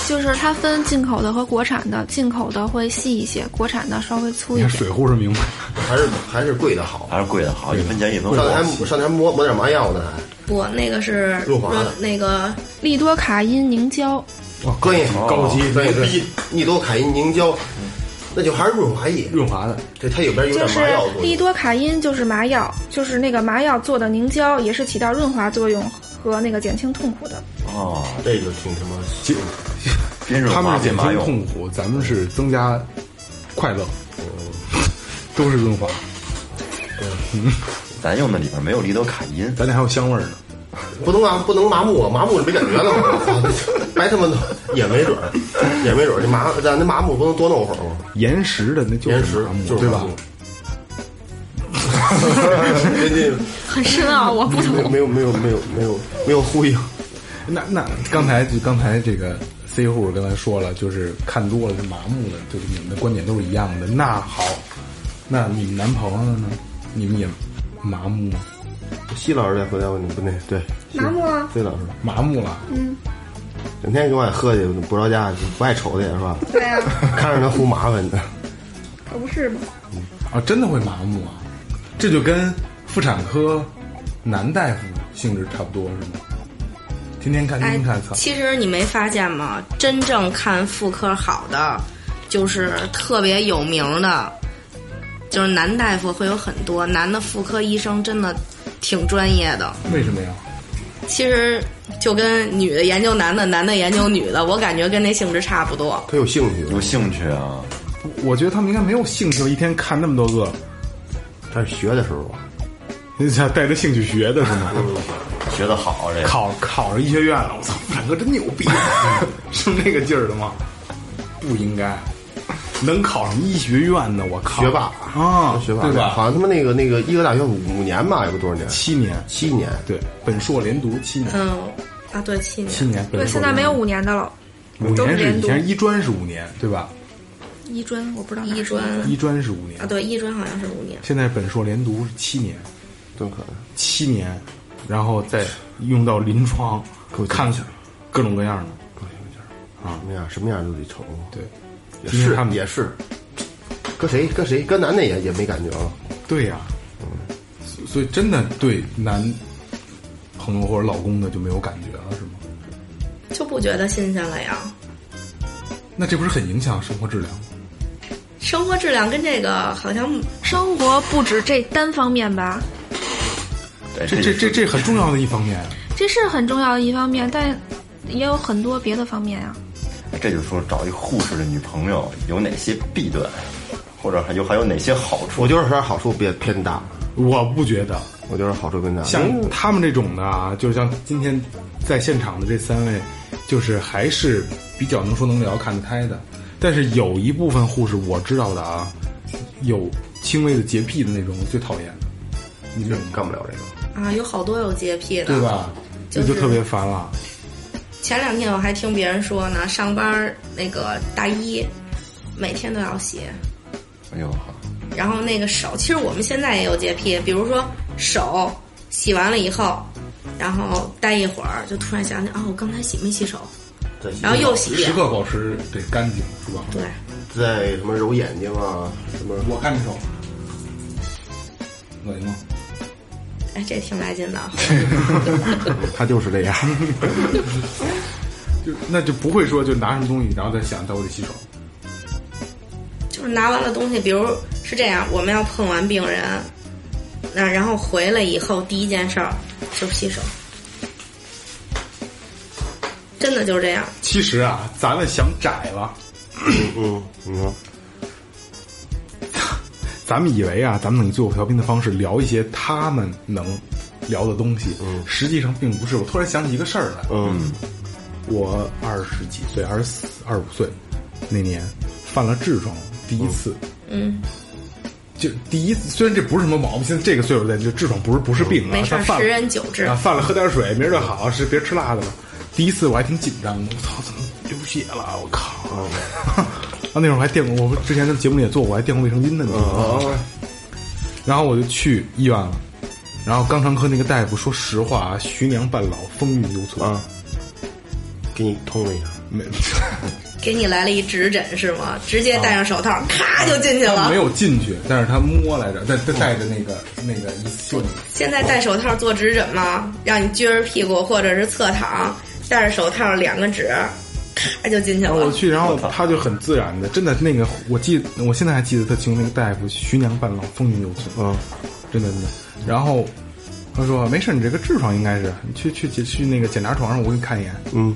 就是它分进口的和国产的，进口的会细一些，国产的稍微粗
你
一
看
点。
水户是明白，
还是还是贵的好，
还是贵的好，一分钱一分
上
货
次。还上次还抹抹点麻药呢，
不，那个是
润滑的
那个
利多卡因凝胶，
专业
高级
专业
牛
哦逼，你都卡因凝胶，那就还是润滑液，
润滑的，
对，它有边有
就
点
是
麻药作
利
用。
多卡因，就是麻药，就是那个麻药做的凝胶，也是起到润滑作用和那个减轻痛苦的。
哦，
这个挺什么？
其
边润
他们
滑
是
边
减
麻
轻
用，
痛苦，咱们是增加快乐，都是润滑，
咱用的里边没有利多卡因，
咱俩还有香味儿呢。
不能麻，不能麻木啊！麻木是没感觉了吗？白他妈的，也没准儿，也没准儿。这麻，咱那麻木不能多弄会儿吗？
岩石的那就
延
是
时
麻木，
就是
对吧？
很深奥，我不懂。
[LAUGHS] 没有没有没有没有没有呼应，
那那刚才就刚才这个 C 户刚才说了，就是看多了是麻木的，就是你们的观点都是一样的。那好，那你们男朋友呢？你们也麻木吗？
西老师再回答问题不对，对，
麻木啊，
C 老师
麻木了，
整天跟我爱喝去，不着家，不爱瞅他也
[LAUGHS]
是吧？
对啊，
看着他胡麻烦的，
可不是吗？
啊，真的会麻木啊？这就跟妇产科男大夫性质差不多是吗？天天看，天
哎
天看，操，
其实你没发现吗？真正看妇科好的，就是特别有名的，就是男大夫会有很多，男的妇科医生真的挺专业的。
为什么呀？
其实就跟女的研究男的，男的研究女的，我感觉跟那性质差不多。
他有兴趣，
有兴趣啊？
我觉得他们应该没有兴趣，一天看那么多个，
他是学的时候，
你想带着兴趣学的是吗？
学的好这个。
考考上医学院了，我操，妇产科真牛
[LAUGHS]
逼，是那个劲儿的吗？不应该，能考上医学院的，我靠，
学霸
啊，
学霸
对
好
吧？
像他妈那个那个医科大学五年吧，也不多少年，
七年，
七年，
对，本硕连读七年，
嗯，啊，对，七年。
七年，本硕
对，现在没有五年的了，
五
都是
年是以
连读
前一专是五年，对吧？
医专我不知道哪
医专
一专是五年
啊，，对，医专好像是五年。
现在本硕连读是七年，
真可爱。
七年，然后再用到临床
够，劲
看各种各样的，
什么样什么样都得瞅，
对，
也
今天
是
他们
也是，搁谁搁谁搁男的也也没感觉啊了，
对呀、所所以真的对男朋友或者老公的就没有感觉了，是吗？
就不觉得新鲜了呀。
那这不是很影响生活质量吗？
生活质量跟这个好像
生活不止这单方面吧，
对
这这这这很重要的一方面，
这是很重要的一方面，但也有很多别的方面啊。
这就说找一护士的女朋友有哪些弊端，或者还有还有哪些好处？
我觉得它好处偏偏大，
我不觉得。
我觉得好处偏大，嗯
像他们这种的啊，就像今天在现场的这三位，就是还是比较能说能聊、看得开的。但是有一部分护士我知道的啊，有轻微的洁癖的那种，我最讨厌的，你们有吗
干不了这个，
啊，有好多有洁癖的，
对？吧？这
就是
就特别烦了。
前两天我还听别人说呢，上班儿那个大衣每天都要洗，
哎呦，
然后那个手，其实我们现在也有洁癖，比如说手洗完了以后，然后待一会儿就突然想起，哦，我刚才洗没洗手，
嗯
然后又洗，
时刻保持得干净，是吧？
对，
在什么揉眼睛啊，什么
我看你手，恶心吗？
哎，这挺来劲的。
[LAUGHS] 他就是这样，
[LAUGHS] 就那就不会说就拿什么东西，然后再想待会得洗手。
就是拿完了东西，比如是这样，我们要碰完病人，那然后回来以后第一件事儿就是洗手，
啊
真的就是这样。
其实啊，咱们想窄了，
嗯嗯，你说
咱们以为啊，咱们能以最后调频的方式聊一些他们能聊的东西，嗯，实际上并不是。我突然想起一个事儿来，
嗯，
我二十几岁，二十四、二十五岁那年犯了痔疮，第一次，
嗯，
就第一次，虽然这不是什么毛病，现在这个岁数在这痔疮不是不是病啊，
没事
但
儿，
犯了
十人九痔
啊，。犯了喝点水，明儿就好，是别吃辣的了。第一次我还挺紧张的，我操，怎么流血了？我靠！ [LAUGHS] 啊，那会儿还垫过，我之前在节目里也做过，我还垫过卫生巾呢。你知道吗然后我就去医院了，然后肛肠科那个大夫说实话啊，徐娘半老，风韵犹存。
啊，给你通了一下，
没， [LAUGHS]
给你来了一指诊是吗？直接戴上手套，咔就进去
他
了
啊没。有进去，但是他摸来着，但他带着那个那个一袖子，
现在戴手套做指诊吗？让你撅着屁股或者是侧躺，戴着手套两个指，咔就进去
然后
了。
哦我去，然后他就很自然的，真的那个，我记，我现在还记得特清，那个大夫徐娘半老，风韵犹存，嗯，真的真的。然后他说没事，你这个痔疮应该是，你去去去去那个检查床上，我给你看一眼。
嗯，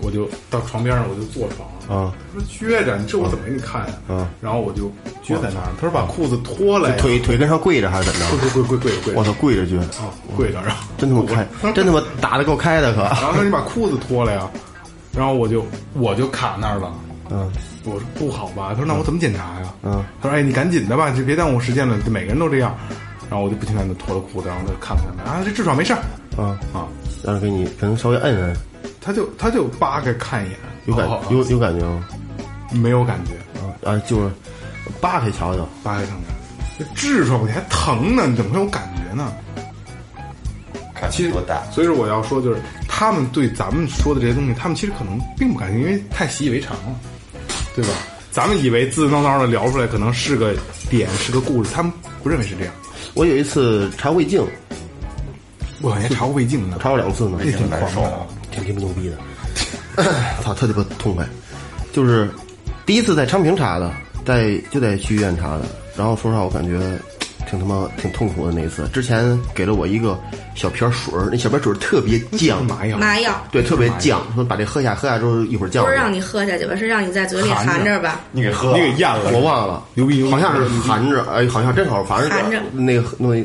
我就到床边上，我就坐床上。
啊
他说撅着，你这我怎么给你看呀、
啊，
然后我就撅在那儿，他说把裤子脱了呀，
腿腿跟上跪着还是怎么
[LAUGHS]
着？
跪跪跪跪跪，哦
我操，跪着去，
跪着，然后
真他妈开，
[LAUGHS]
真他妈打的够开的可。
然后他说你把裤子脱了呀，然后我就我就卡那儿了。
嗯
我说不好吧？他说那我怎么检查呀？
嗯，
他说哎，你赶紧的吧，就别耽误时间了，每个人都这样。然后我就不情愿的脱了裤子，然后他就看了看啊，这痔疮没事儿
啊，
啊，
让人给你可能稍微摁摁，
他就他就扒开看一眼，
有感
好好
哦有有感觉吗？
没有感觉？
啊啊，就是扒开瞧瞧，
扒开看看，这痔疮你还疼呢，你怎么会有感觉呢？
看
其实
多大，
所以说我要说就是，他们对咱们说的这些东西，他们其实可能并不感兴趣，因为太习以为常了，对吧？咱们以为自自挠挠的聊出来可能是个点，是个故事，他们不认为是这样。
我有一次查胃镜，
我好像查过胃镜呢，
查过两次呢，
这挺狂
受
的
啊。
挺他妈牛逼的， [CLEARS THROAT] 操，特鸡巴痛快。就是第一次在昌平查的，在就在区医院查的，然后说实话，我感觉挺他妈挺痛苦的那一次。之前给了我一个小瓶水儿，那小瓶水儿特别犟，
麻药，
麻药
对，特别犟，说把这喝下，喝下之后一会儿降
不
了。
是让你喝下去吧，是让你在嘴里含着吧。
你给喝了
你给咽了，
我忘了，
牛逼牛逼
好像是含着，哎，好像正好反正
含着
那个那个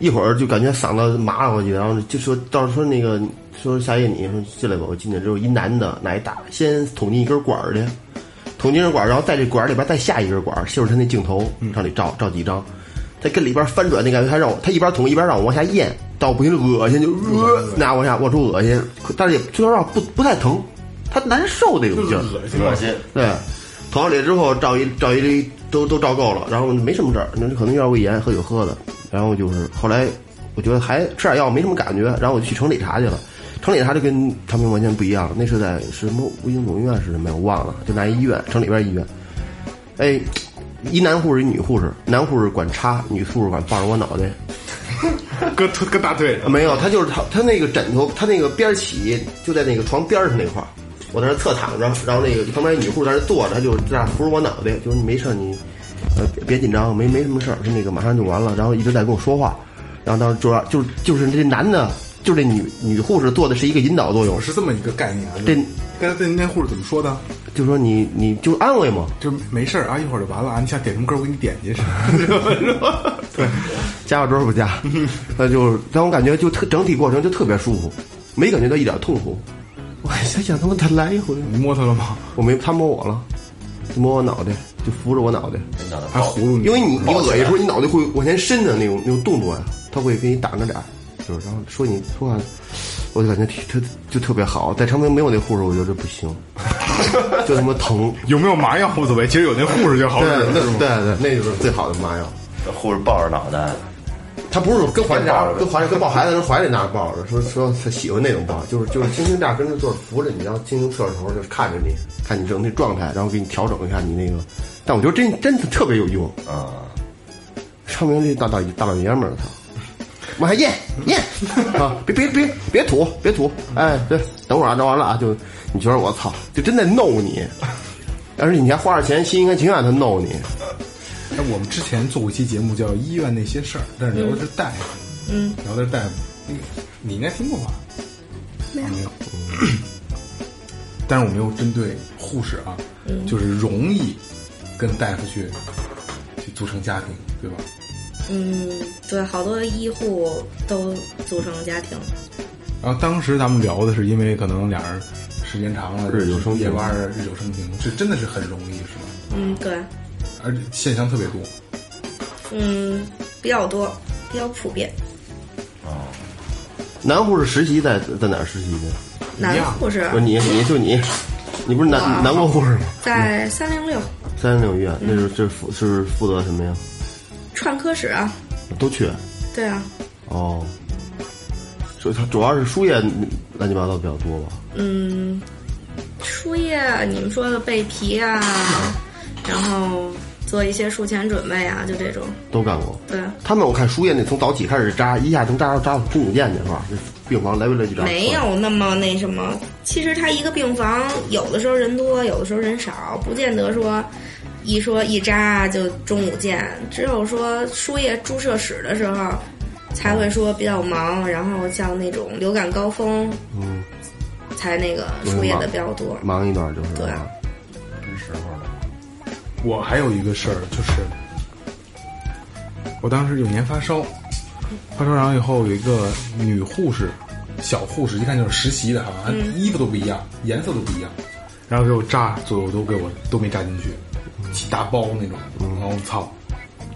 一会儿就感觉嗓子麻了过去，然后就说到时候说那个说夏夜你说进来吧，我进去之后一男的拿一大先捅进一根管儿去，捅进一根管儿，然后在这管儿里边再下一根管儿，就是他那镜头
嗯
让你照照几张。他跟里边翻转那感觉，他让我他一边捅一边让我往下咽，到不行恶心就
嗯
呃，那往下往出恶心，可但是也说实话不不太疼，他难受那种劲儿，
恶心，
对，捅完里之后照一照一都都照够了，然后没什么事儿，那可能有点胃炎，喝酒喝的。然后就是后来我觉得还吃点药没什么感觉，然后我就去城里查去了。城里查就跟他们完全不一样，那是在什么卫星总医院是什么呀？我忘了，就那一医院，城里边医院。哎，一男护士，一女护士，男护士管插，女护士管抱着我脑袋。
搁腿搁大腿上，
[LAUGHS] 没有，他就是他他那个枕头，他那个边儿起就在那个床边儿上那块儿。我在那儿侧躺着，然后那个旁边一女护士在那儿坐着，她就这样扶着我脑袋，就是你没事儿你，呃别别紧张，没没什么事儿，就那个马上就完了。然后一直在跟我说话，然后当时主要就是就是这男的，就是这女女护士做的是一个引导作用
我，是这么一个概念啊。
这
刚才对您那护士怎么说的？
就说你你就安慰嘛，
就没事儿啊，一会儿就完了啊。你想点什么歌，我给你点
[LAUGHS]
去。是吧？对，
加药之后不 [LAUGHS] 加，那就是让我感觉就特整体过程就特别舒服，没感觉到一点痛苦。 [LAUGHS] 我还在想他妈再来一回。
你摸他了吗？
我没他摸我了，就摸我脑袋，就扶着我脑袋，
真的
还葫芦你？
因为你你恶心的时候，你脑袋会往前伸的那种那种动作呀、他会给你挡着点儿，就是然后说你说话，我就感觉特特就特别好，在长平没有那护士，我觉得不行， [LAUGHS] 就他妈疼，
有没有麻药无所谓，其实有那护士就好
对
使了，
对
是吗？
对，那就是最好的麻药。
护士抱着脑袋，
他不是跟怀里那样跟怀里跟抱孩子人怀里那样抱着，说说他喜欢那种抱，就是就是轻轻这样跟着坐着扶着你，然后轻轻侧着头就是看着你，看你整体状态，然后给你调整一下你那个。但我觉得真真的特别有用，
啊，
昌明这大大大老爷们儿，他妈还咽咽啊！别别别别吐别吐！哎，对，等会儿啊，弄完了啊，就你觉得我操，就真在弄你，而且你还花着钱，心甘情愿他弄你，
哎，我们之前做过一期节目叫《医院那些事儿》，但是聊的是大夫，嗯，聊的是大夫，那个你应该听过吧？没有，没有。但是我没有针对护士啊，就是容易跟大夫去去组成家庭，对吧？
嗯，对，好多医护都组成家庭。
然后当时咱们聊的是，因为可能俩人时间长了，
日久生情
夜班儿日久生情，这真的是很容易，是吧？
嗯，对，
而且现象特别多，
嗯，比较多，比较普遍。
男护士实习在在哪儿实习的？
男护士
不是你你就你，你不是男男过护士吗？
在三零六
三零六医院，那是这是负是负责什么呀？
串科室啊，
都去
对啊，
哦，所以他主要是输液乱七八糟比较多吧？
嗯，输液，你们说的备皮啊，然后做一些术前准备啊，就这种。
都干过。
对，
他们我看输液那从早起开始扎，一下能扎到扎到宫颈线去是吧？这病房来回来去扎。
没有那么那什么。其实他一个病房，有的时候人多，有的时候人少，不见得说一说一扎就中午见。只有说输液注射室的时候，才会说比较忙，然后像那种流感高峰
嗯，
才那个输液的比较多。
忙一段就是。
对，啊
我还有一个事儿就是，我当时有年发烧，发烧然后以后有一个女护士，小护士一看就是实习的哈，
嗯
衣服都不一样，颜色都不一样，然后给我扎左右都给我都没扎进去，起大包那种，然后操，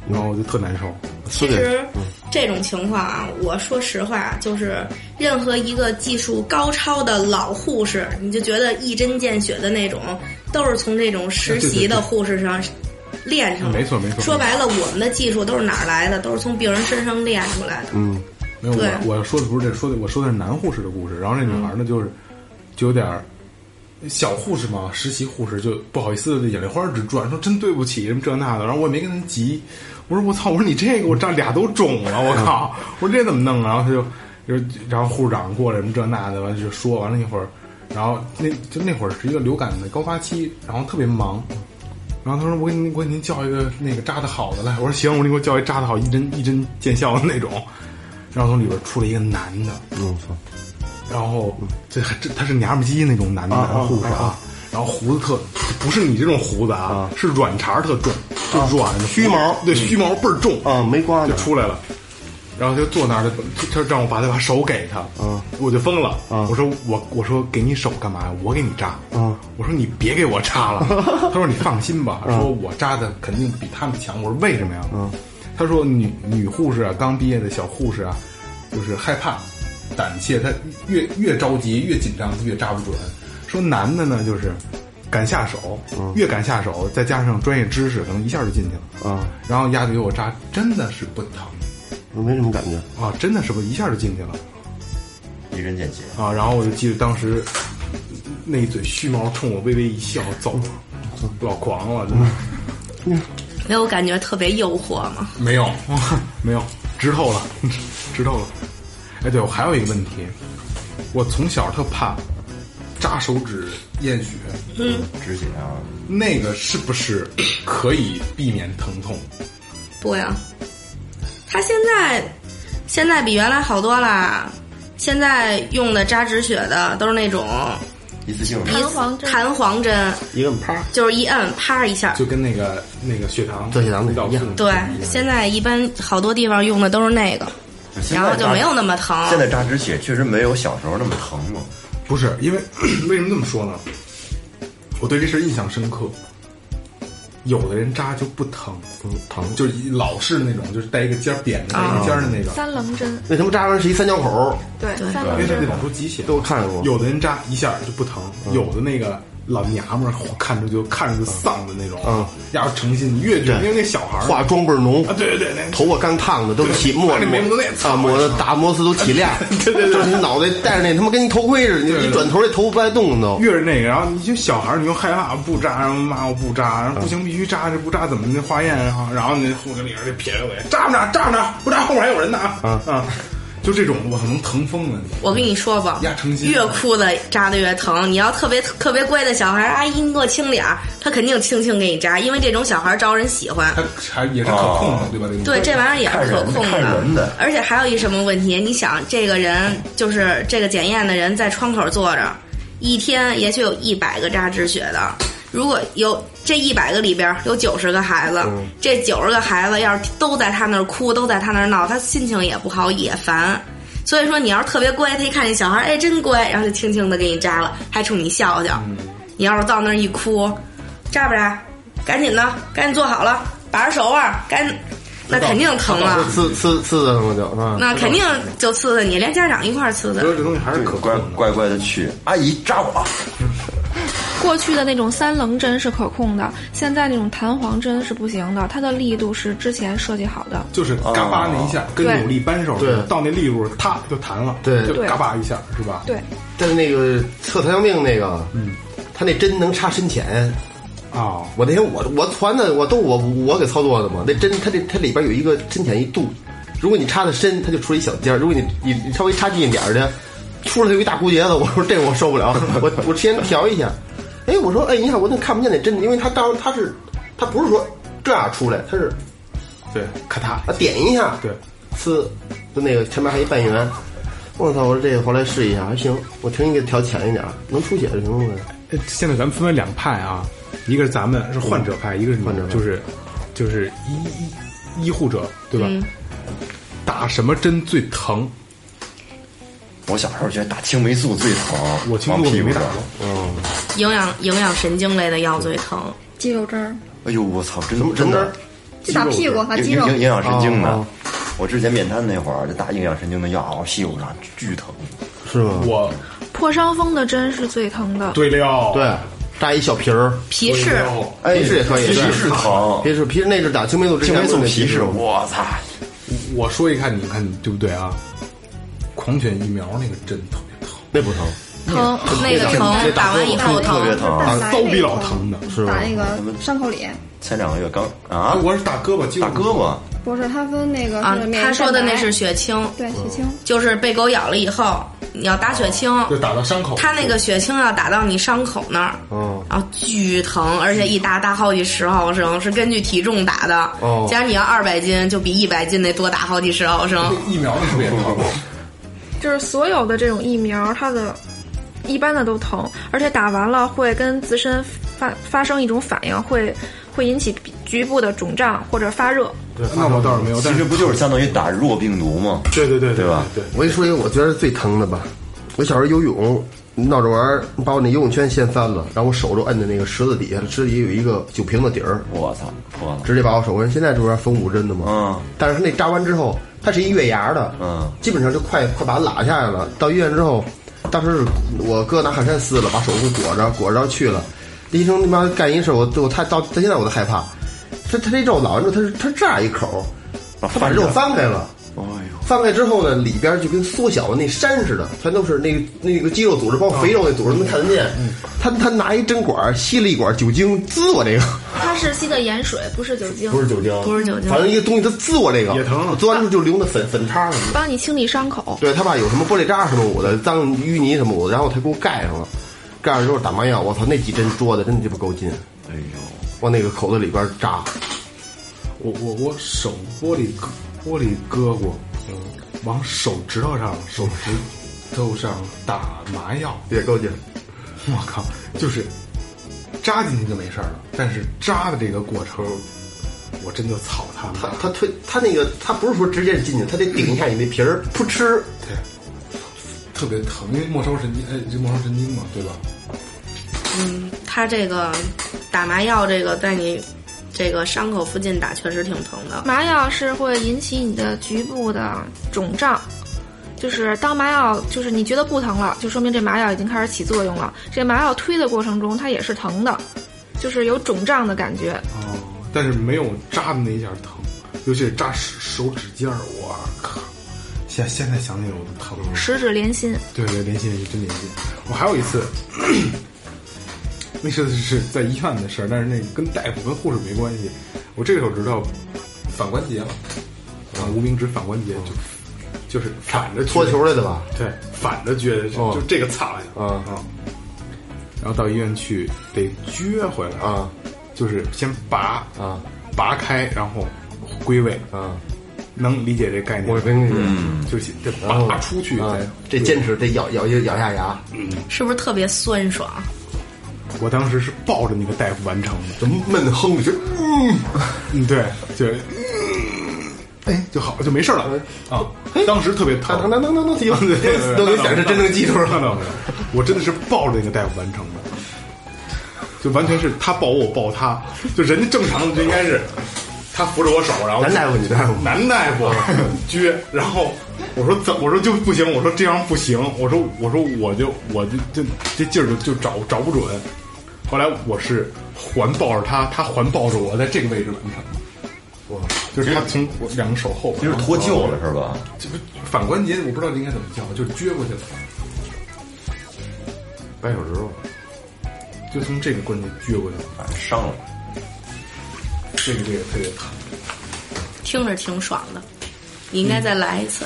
然后我就特难受。
嗯其实
嗯
这种情况啊，我说实话，就是任何一个技术高超的老护士，你就觉得一针见血的那种，都是从这种实习的护士上练上来的。
没错没错
说白了，我们的技术都是哪儿来的？都是从病人身上练出来的。
嗯，
没有
对
我我说的不是这，说的我说的是男护士的故事。然后这女孩呢，就是就有点儿小护士嘛，实习护士就不好意思，眼泪花儿直转，说真对不起什么这那的。然后我也没跟她急，我说我操，我说你这个我这俩都肿了，我靠，我说这怎么弄啊？然后她就就是然后护士长过来什么这那的，完了就说完了一会儿，然后那就那会儿是一个流感的高发期，然后特别忙。然后他说：“我给您，我给您叫一个那个扎的好的来。”我说：“行，我给我叫一扎的好，一针一针见效的那种。”然后从里边出来一个男的，
嗯，操
然后这还这他是娘们鸡那种男的
啊
男护士
啊啊
啊，然后胡子特不是你这种胡子啊，是软茬特重，就软的
须啊毛嗯
对须毛倍儿重
啊，没刮
就
呢。
出来了。然后他就坐那儿，他他让我把他把手给他，
嗯，
我就疯了，
嗯
我说我我说给你手干嘛呀？我给你扎，
嗯，
我说你别给我扎了，他说你放心吧，说我扎的肯定比他们强。我说为什么呀？
嗯，
他说女女护士啊，刚毕业的小护士啊，就是害怕、胆怯，她越越着急越紧张，她越扎不准。说男的呢，就是敢下手，越敢下手，再加上专业知识，可能一下就进去了。
啊，
然后丫头给我扎，真的是不疼
我没什么感觉。
啊，真的是不一下就进去了。
一针见血。
啊，然后我就记得当时那一嘴须毛冲我微微一笑，走了，老狂了，真的
没有哎感觉特别诱惑吗？
没有没有直透了，直透了。哎，对，我还有一个问题，我从小特怕扎手指验血，
嗯，
止血啊，
那个是不是可以避免疼痛？
对啊，他现在现在比原来好多啦。现在用的扎止血的都是那种
一次性的
弹簧针
弹簧针，
一个啪，
就是一摁，啪一下
就。跟那个那个血糖
对血糖那
导
一样
对，现在一般好多地方用的都是那个，
就现
然
在
后就
扎
没有那么疼。
现在扎止血确实没有小时候那么疼了。
不是因为 [CLEARS THROAT] 为什么这么说呢？我对这事儿印象深刻。有的人扎就不疼，
疼
就是一老式那种，就是带一个尖儿扁的那个
啊
尖儿的那个，
三棱针，
那他妈扎完是一三角口，
对，三
因
棱
为它得
针。
往出挤血。
都看过。嗯
有的人扎一下就不疼，有的那个老娘们儿嚯看着就看着就丧的那种，
嗯，
要是诚心，你越觉得
对
因为那小孩儿
化妆倍儿浓
啊，，对对对，那
头发干烫的都起沫
那眉毛都那
啊，抹的打摩丝都起亮， [LAUGHS] 对对对，就是你脑袋戴着那他妈跟你头盔似的，
对
你
对
一转头那头发不带动的都。
越是那个，然后你就小孩儿，你又害怕不扎，然后骂我不扎，然后不行必须扎，这不扎怎么那化验啊？然后那护士里边就撇着嘴，扎不扎？扎不扎？不扎后面还有人呢啊啊！就这种，我操，能疼疯了你！
我跟你说吧
压成，心
越哭的扎的越疼。你要特别特别乖的小孩，阿姨你给我轻点儿，他肯定轻轻给你扎，因为这种小孩招人喜欢。
它还也是可控的，对吧？这
对，
个
这玩意儿也是可控
看人看人的
而且还有一什么问题？你想，这个人就是这个检验的人在窗口坐着，一天也许有一百个扎止血的。如果有这一百个里边有九十个孩子，
嗯
这九十个孩子要是都在他那儿哭，都在他那儿闹，他心情也不好，也烦。所以说，你要是特别乖，他一看这小孩，哎，真乖，然后就轻轻的给你扎了，还冲你笑笑。你要是到那儿一哭，扎不扎？赶紧的，赶紧做好了，把着手腕儿，赶紧，那肯定疼啊，
刺刺刺的嘛就啊，
那肯定就刺刺你，连家长一块儿刺
所以
刺。
这东西还是可控
乖
的。
乖乖的去，阿姨扎我。
过去的那种三棱针是可控的，现在那种弹簧针是不行的，它的力度是之前设计好的。
就是嘎巴那一下，跟
对
扭力扳手似的
对
到那力度，啪就弹了，
对
就
对
嘎巴一下，是吧？
对，
但是那个测糖尿病那个，嗯，
他那针能插深浅。
啊、
我那天我我传的我都我我给操作的嘛，那针它这它里边有一个深浅一度，如果你插的深，它就出一小尖儿；如果你你你稍微插近一点儿的，出来有一大骨节子，我说这我受不了，我我先调一下。哎，我说哎，你看我那看不见那针，因为它当它是它不是说这样出来，它是
对，咔嗒，
啊点一下，
对，
呲，就那个前面还一半圆。我操！我说这个后来试一下还行，我听你给调浅一点儿，能出血就行了呗。
呃现在咱们分为两派啊，一个是咱们是患者派，一个是你们
患者派
就是就是医医医护者，对吧？
嗯
打什么针最疼？
我小时候觉得打青霉素最疼，
我听
往
说过
屁
你
股
没打
上。
过，
营养营养神经类的药最疼，
肌肉针儿，
哎呦，我操，真
什么什
真
么
的
针？
就打屁股，打
营
肌
营
肉。
营营养神经
哦
的。我之前面瘫那会儿就打营养神经的药，我屁股上巨疼。
是吗？
我
破伤风的针是最疼的，
对了，
对，扎一小皮儿，
皮试
哎
皮试也可以，
皮
对
试疼，
皮试皮试那是打哦青霉素之前
青霉素
问的
哦皮试，
试，
我操！
我说一看，你看对不对啊？狂犬疫苗那个针特别疼，
那不疼，
疼，那个
这
疼，打完以后
特别
疼，
疼。
打
骚逼老疼的
是吧
打那个伤口里，
前两个月刚啊，
我是打胳膊，
打胳膊，
不是它分那个
啊
是。免疫
他说的
蛋白
那是血清，
对血清，
就是被狗咬了以后，你要打血清，
就打到伤口。
它那个血清要打到你伤口那儿，
嗯，
然后巨疼，而且一打打好几十毫升，是根据体重打的。
哦
假如你要二百斤，就比一百斤那多打好几十毫升。
[LAUGHS] 疫苗那特别疼，
就是所有的这种疫苗，它的一般的都疼，而且打完了会跟自身发发生一种反应，会会引起局部的肿胀或者发热。
对，
那我倒是没有，但
其实
是
不就是相当于打弱病毒吗？
对对对
对吧
对，
我跟你说一个我觉得最疼的吧，我小时候游泳闹着玩儿，把我那游泳圈掀翻了，然后我手就摁在那个石子底下，石子底下有一个酒瓶子底儿，
我操，破了。
直接把我手摁。现在这不是缝五针的吗？
嗯，
但是他那扎完之后，它是一月牙的，
嗯，
基本上就快快把它拉下来了。到医院之后，当时是我哥拿汗衫撕了，把手给我裹着，裹着去了。那医生他妈干一事，我我太到到现在我都害怕。他他这肉老完之后，他是他是这样一口，
把
他把
翻
肉
着
翻开了。
哎呦，
翻开之后呢，里边就跟缩小的那山似的，全都是那个那个肌肉组织，包括肥肉那
嗯
组织能看得见。他他拿一针管吸了一管酒精，滋我这个，
它是吸的盐水，不是酒精，
是酒精，
不是酒精
反正一个东西他滋我这个
也疼
滋完之后就留那粉粉叉什么的。
帮你清理伤口。
对他爸有什么玻璃渣什么我的，脏淤泥什么我的，然后他给我盖上了，盖上之后打麻药，我操，那几针捉的真的鸡巴够劲，
哎呦，
往那个口子里边扎，
我我我手玻璃割玻璃割过，嗯，往手指头上手指头上打麻药，
也够劲。
我靠，就是扎进去就没事儿了，但是扎的这个过程，我真的操他
他
妈！
他推他那个他不是说直接进去，他得顶一下你那皮儿，扑哧，
对，特别疼，因为末梢神经，哎，这末梢神经嘛，对吧？
它这个打麻药，这个在你这个伤口附近打，确实挺疼的。
麻药是会引起你的局部的肿胀，就是当麻药就是你觉得不疼了，就说明这麻药已经开始起作用了。这麻药推的过程中，它也是疼的，就是有肿胀的感觉。
哦，但是没有扎的那一下疼，尤其是扎手手指尖儿，我靠！现现在想起来我都疼。
十指连心，
对对，联系联系，真联系。我还有一次， [CLEARS THROAT] 那次是在医院的事儿，但是那跟大夫跟护士没关系。我这个手指头反关节了，啊，无名指反关节就就是反着
搓
撅
哦球来的吧？
对，反着撅的，就
哦
就这个擦呀，
啊
啊。然后到医院去得撅回来，
啊
就是先拔
啊
拔开，然后归位，
啊！
能理解这概念吗？嗯
我跟你讲，
就是得
然后
拔出去
啊
再
这
归
坚持得咬咬咬下牙，
是不是特别酸爽？
我当时是抱着那个大夫完成的，
怎么闷哼的就嗯，
嗯，对，就，哎，就好，就没事了啊。当时特别疼，
当当当当当，
对对 [LAUGHS] 对
都能想是真能记住
那倒
了。
没有，我真的是抱着那个大夫完成的，就完全是他抱我，我抱他，就人家正常的就应该是他扶着我手，然后
男大夫，女大夫，
男大夫 [LAUGHS] 撅，然后我说怎，我说就不行，我说这样不行，我说我说我就我就就这劲儿就就找找不准。后来我是环抱着他，他环抱着我，在这个位置完成。
哇，
就是他从我两个手后边，
就是脱臼了是吧？
这个反关节，我不知道这应该怎么叫，就是撅过去了。
掰手指头，
就从这个关节撅过去了，
反正哎伤了。
这个这个特别疼。
听着挺爽的，你应该再来一次。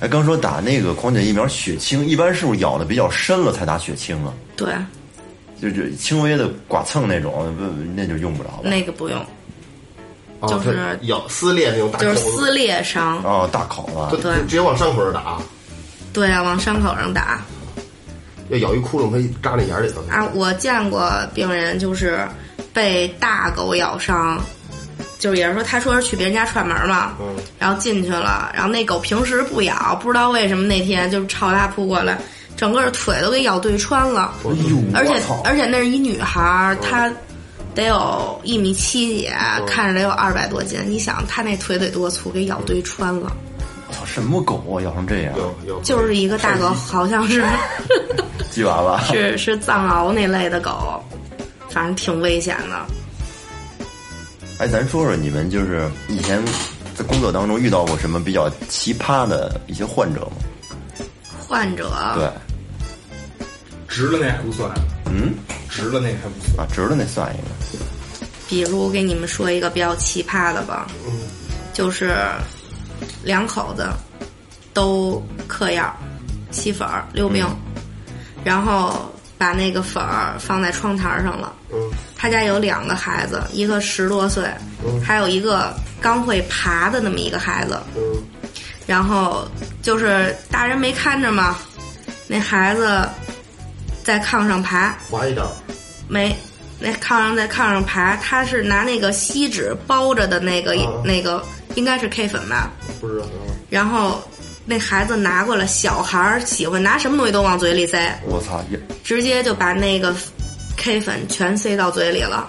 哎，刚说打那个狂犬疫苗血清，一般是不是咬的比较深了才打血清啊？
对，
就是轻微的剐蹭那种，不那就用不着了。
那个不用，
哦
就是
它咬撕裂那种大口
就
子，
是撕裂伤。
哦，大口子，
对
它直接往伤口上打，
对啊，往伤口上打
要咬一窟窿，它一扎那眼儿里头。
啊！我见过病人就是被大狗咬伤，就是也是说，他说是去别人家串门嘛，
嗯，
然后进去了，然后那狗平时不咬，不知道为什么那天就朝他扑过来，整个腿都给咬对穿了，
哎呦，
而且
我操
而且那是一女孩儿，她得
嗯
有一米七几，看着得有二百多斤，你想她那腿得多粗，给咬对穿了，
操什么狗啊，咬成这样，
咬咬
就是一个大狗，好
[LAUGHS]
像是。
鸡娃娃，
是是藏獒那类的狗，反正挺危险的。
哎，咱说说你们就是以前在工作当中遇到过什么比较奇葩的一些患者吗？
患者
对，
直的那还不算，啊
嗯，
直的那还不算。
啊，直的那算一个，
比如给你们说一个比较奇葩的吧，就是两口子都嗑药、吸粉儿、溜冰，然后把那个粉儿放在窗台上了。他家有两个孩子，一个十多岁，还有一个刚会爬的那么一个孩子。然后就是大人没看着嘛，那孩子在炕上爬，
划一刀，
没，那炕上在炕上爬，他是拿那个锡纸包着的那个、那个，应该是 K 粉吧。
不知道。
然后那孩子拿过来，小孩儿喜欢拿什么东西都往嘴里塞，
我操，也
直接就把那个 K 粉全塞到嘴里了。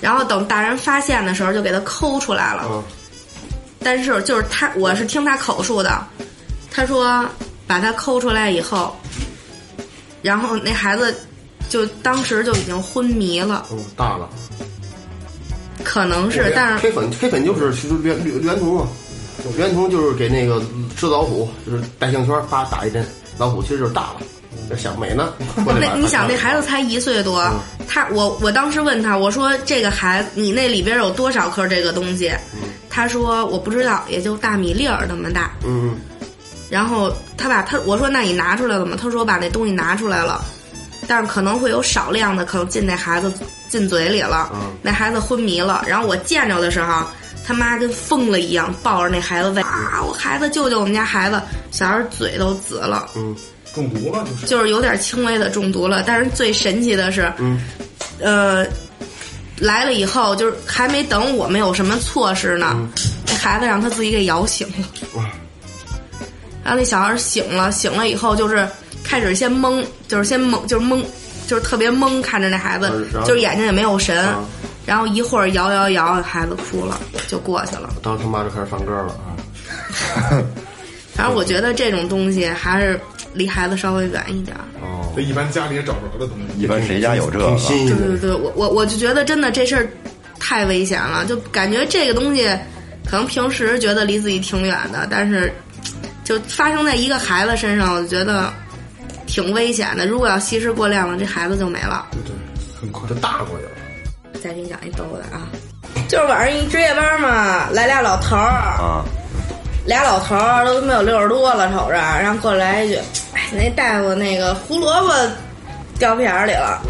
然后等大人发现的时候，就给他抠出来了。
嗯
但是就是他，我是听他口述的，他说把他抠出来以后，然后那孩子就当时就已经昏迷了，
嗯，大了。
可能是，但是
黑粉黑粉就是其实原原原童嘛，原童就是给那个吃老虎，就是带项圈，啪打一针，老虎其实就是大了，这想美
[LAUGHS]
呢。过来
那
把
你想
它
那孩子才一岁多，他我我当时问他，我说这个孩子你那里边有多少颗这个东西？他说我不知道，也就大米粒儿那么大。
嗯，
然后他把他我说那你拿出来了吗？他说把那东西拿出来了，但是可能会有少量的可能进那孩子进嘴里了，
嗯
嗯
啊
那孩子昏迷了。然后我见着的时候，他妈跟疯了一样抱着那孩子喂啊，我孩子救救我们家孩子，小孩嘴都紫了，
中毒了就是。
就是有点轻微的中毒了。但是最神奇的是，
嗯
呃，来了以后就是还没等我们有什么措施呢，
嗯
那孩子让他自己给摇醒了。然后那小孩儿醒了，醒了以后就是开始先懵，就是先懵，就是懵，就是特别懵，看着那孩子
嗯然，后
就是眼睛也没有神
啊。
然后一会儿摇摇摇，孩子哭了，就过去了。
当时他妈就开始放歌了啊，
反正我觉得这种东西还是离孩子稍微远一点儿。
这一般家里也找不着的东西。
一般谁家有这个
哦挺？
嗯
新
对
颖
对
的。
对，我我我就觉得真的这事儿太危险了，就感觉这个东西可能平时觉得离自己挺远的，但是就发生在一个孩子身上，我觉得挺危险的。如果要吸食过量了，这孩子就没了。
对对，很快
就大过去了，
再给你讲一逗的啊，就是晚上一值夜班嘛，来俩老头儿，
啊，
俩老头儿都没有六十多了，瞅着，然后过来一句：“哎，那大夫那个胡萝卜掉屁眼儿里了。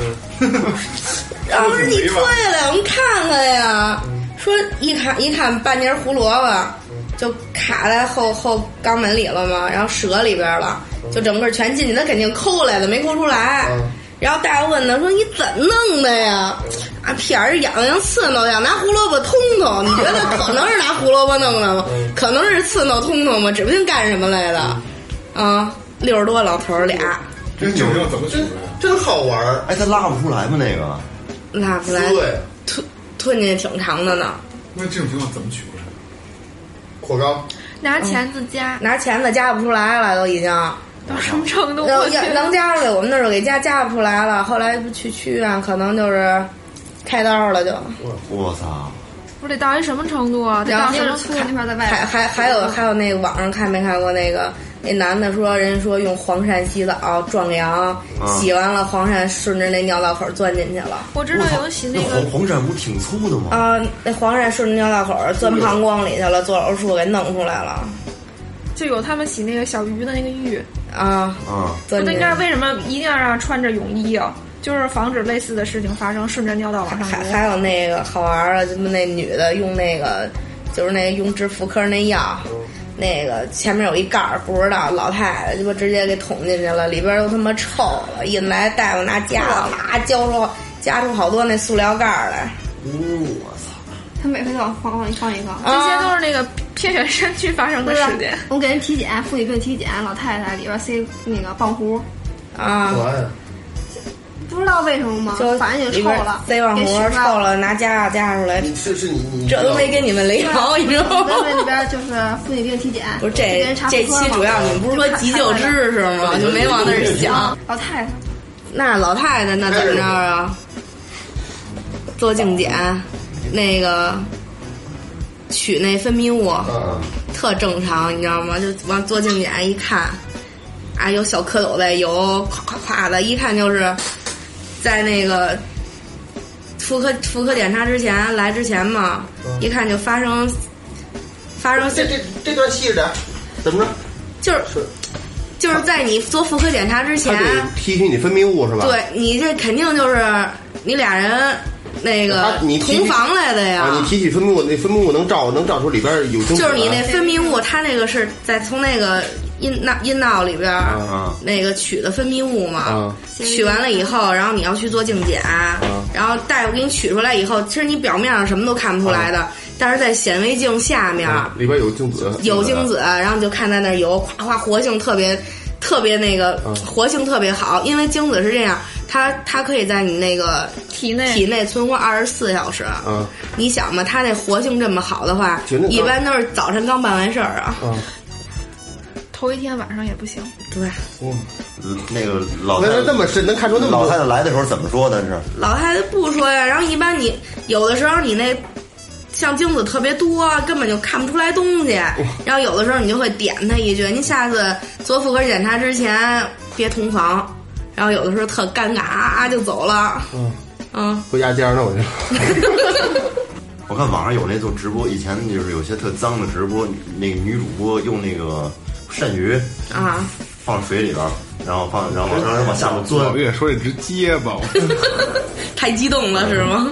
[LAUGHS]
然后我说：“啊你脱下来，我们看看呀。”说一看一看半截胡萝卜就卡在后后肛门里了嘛，然后舌里边了，就整个全进去，他肯定抠来的，没抠出来。然后大夫问他说：“你怎弄的呀？”啊，屁眼儿痒痒刺挠，痒，拿胡萝卜通通。你觉得可能是拿胡萝卜弄的吗？可能是刺挠通通吗？指不定干什么来的。啊，六十多老头儿俩，
这酒量怎么取啊的？
真好玩儿。
哎，他拉不出来吗？那个
那不来
对，
吞吞进去挺长的呢。
那这种情况怎么取出来？啊
扩高，
拿钳子夹，
拿钳子夹不出来了，都已经。
到什么程度？ [LAUGHS] 我
能
去， [LAUGHS]
能夹出来，我们那时候给夹夹不出来了。后来不去去医院，可能就是开刀了就。
我操，
我得到一什么程度啊？得
然
到
后
什么
那
粗
个？那块儿在外
嗯还
边，
还还有还有那个网上看没看过那个那男的说，人家说用黄鳝洗澡壮阳，洗完了黄鳝顺着那尿道口钻进去了。
我知道有洗那个
黄黄鳝不是挺粗的吗？
啊，那黄鳝顺着尿道口钻膀胱里去了，做手术给弄出来了。
就有他们洗那个小鱼的那个浴
啊
啊！
钻
那
进去
应该是为什么一定要让穿着泳衣啊？就是防止类似的事情发生，顺着尿道往上
还
流。
还有那个好玩儿的，就是那女的用那个，就是那个用治妇科那药，那个前面有一盖儿，不知道老太太鸡巴直接给捅进去了，里边儿都他妈臭了，一来大夫拿夹子啪夹出夹出好多那塑料盖儿来，
哦
嗯，我操！
他每回都往黄瓜里放一放。
哦
这些都是那个偏远山区发生的
啊
事件。
我给人体检，妇女病体检，老太太里边塞那个棒糊，
啊，
哎
我
不知道为什么吗？
就
反正也
里
臭
边
了，
塞网
给
膜
熏
儿
坏
臭。了，拿夹子夹出来，
你是是你你
这都没跟你们
[LAUGHS]
聊，你知道吗？
我们那边就是妇女病体检，
不是
就给
这
人查
这
妇科
期
嘛
主要你们不是说急救知识吗？就没往那儿想。
老太太，
那老太太那怎么着啊？做净检，那个取那分泌物，
嗯
啊，
特正常，你知道吗？就往做净检一看，啊，有小蝌蚪在游，咵咵咵的，一看就是在那个妇科妇科检查之前来之前嘛，
嗯
一看就发生发生
这这这段细着点儿，怎么着？
就是就是在你做妇科检查之前
他，得提取你分泌物是吧？，
对你这肯定就是你俩人那个
他你提
同房来的呀，
啊，你提取分泌物，那分泌物能照能照出里边有精子啊
就是你
来
那分泌物，它那个是在从那个阴道阴道里边儿
啊
那个取的分泌物嘛，
啊
取完了以后，然后你要去做净检，然后大夫给你取出来以后，其实你表面上什么都看不出来的，
啊
但是在显微镜下面、
里边有精子，
有精子，然后你就看在那儿游，夸夸活性特别特别那个、
啊
活性特别好，因为精子是这样，它它可以在你那个
体内
体内存活二十四小时。
啊
你想嘛，它那活性这么好的话
绝对，高
一般都是早晨刚办完事儿啊。
啊。
头一天晚上也不行，
对，
那个老太
那
太
那那么深，能看出那么
老
多
太太来的时候怎么说的？是
老太太不说呀，然后一般你有的时候你那。像精子特别多，根本就看不出来东西。然后有的时候你就会点她一句：“您下次做妇科检查之前别同房。”
嗯
然后有的时候特尴尬啊就走了。嗯 [LAUGHS]
回家接着弄去。
我看网上有那做直播，以前就是有些特脏的直播，那个女主播用那个鳝鱼
啊，
放水里边儿，然后放，然后往然后往下边钻
我，跟你说这直结巴，我
太激动了是
嗯
吗？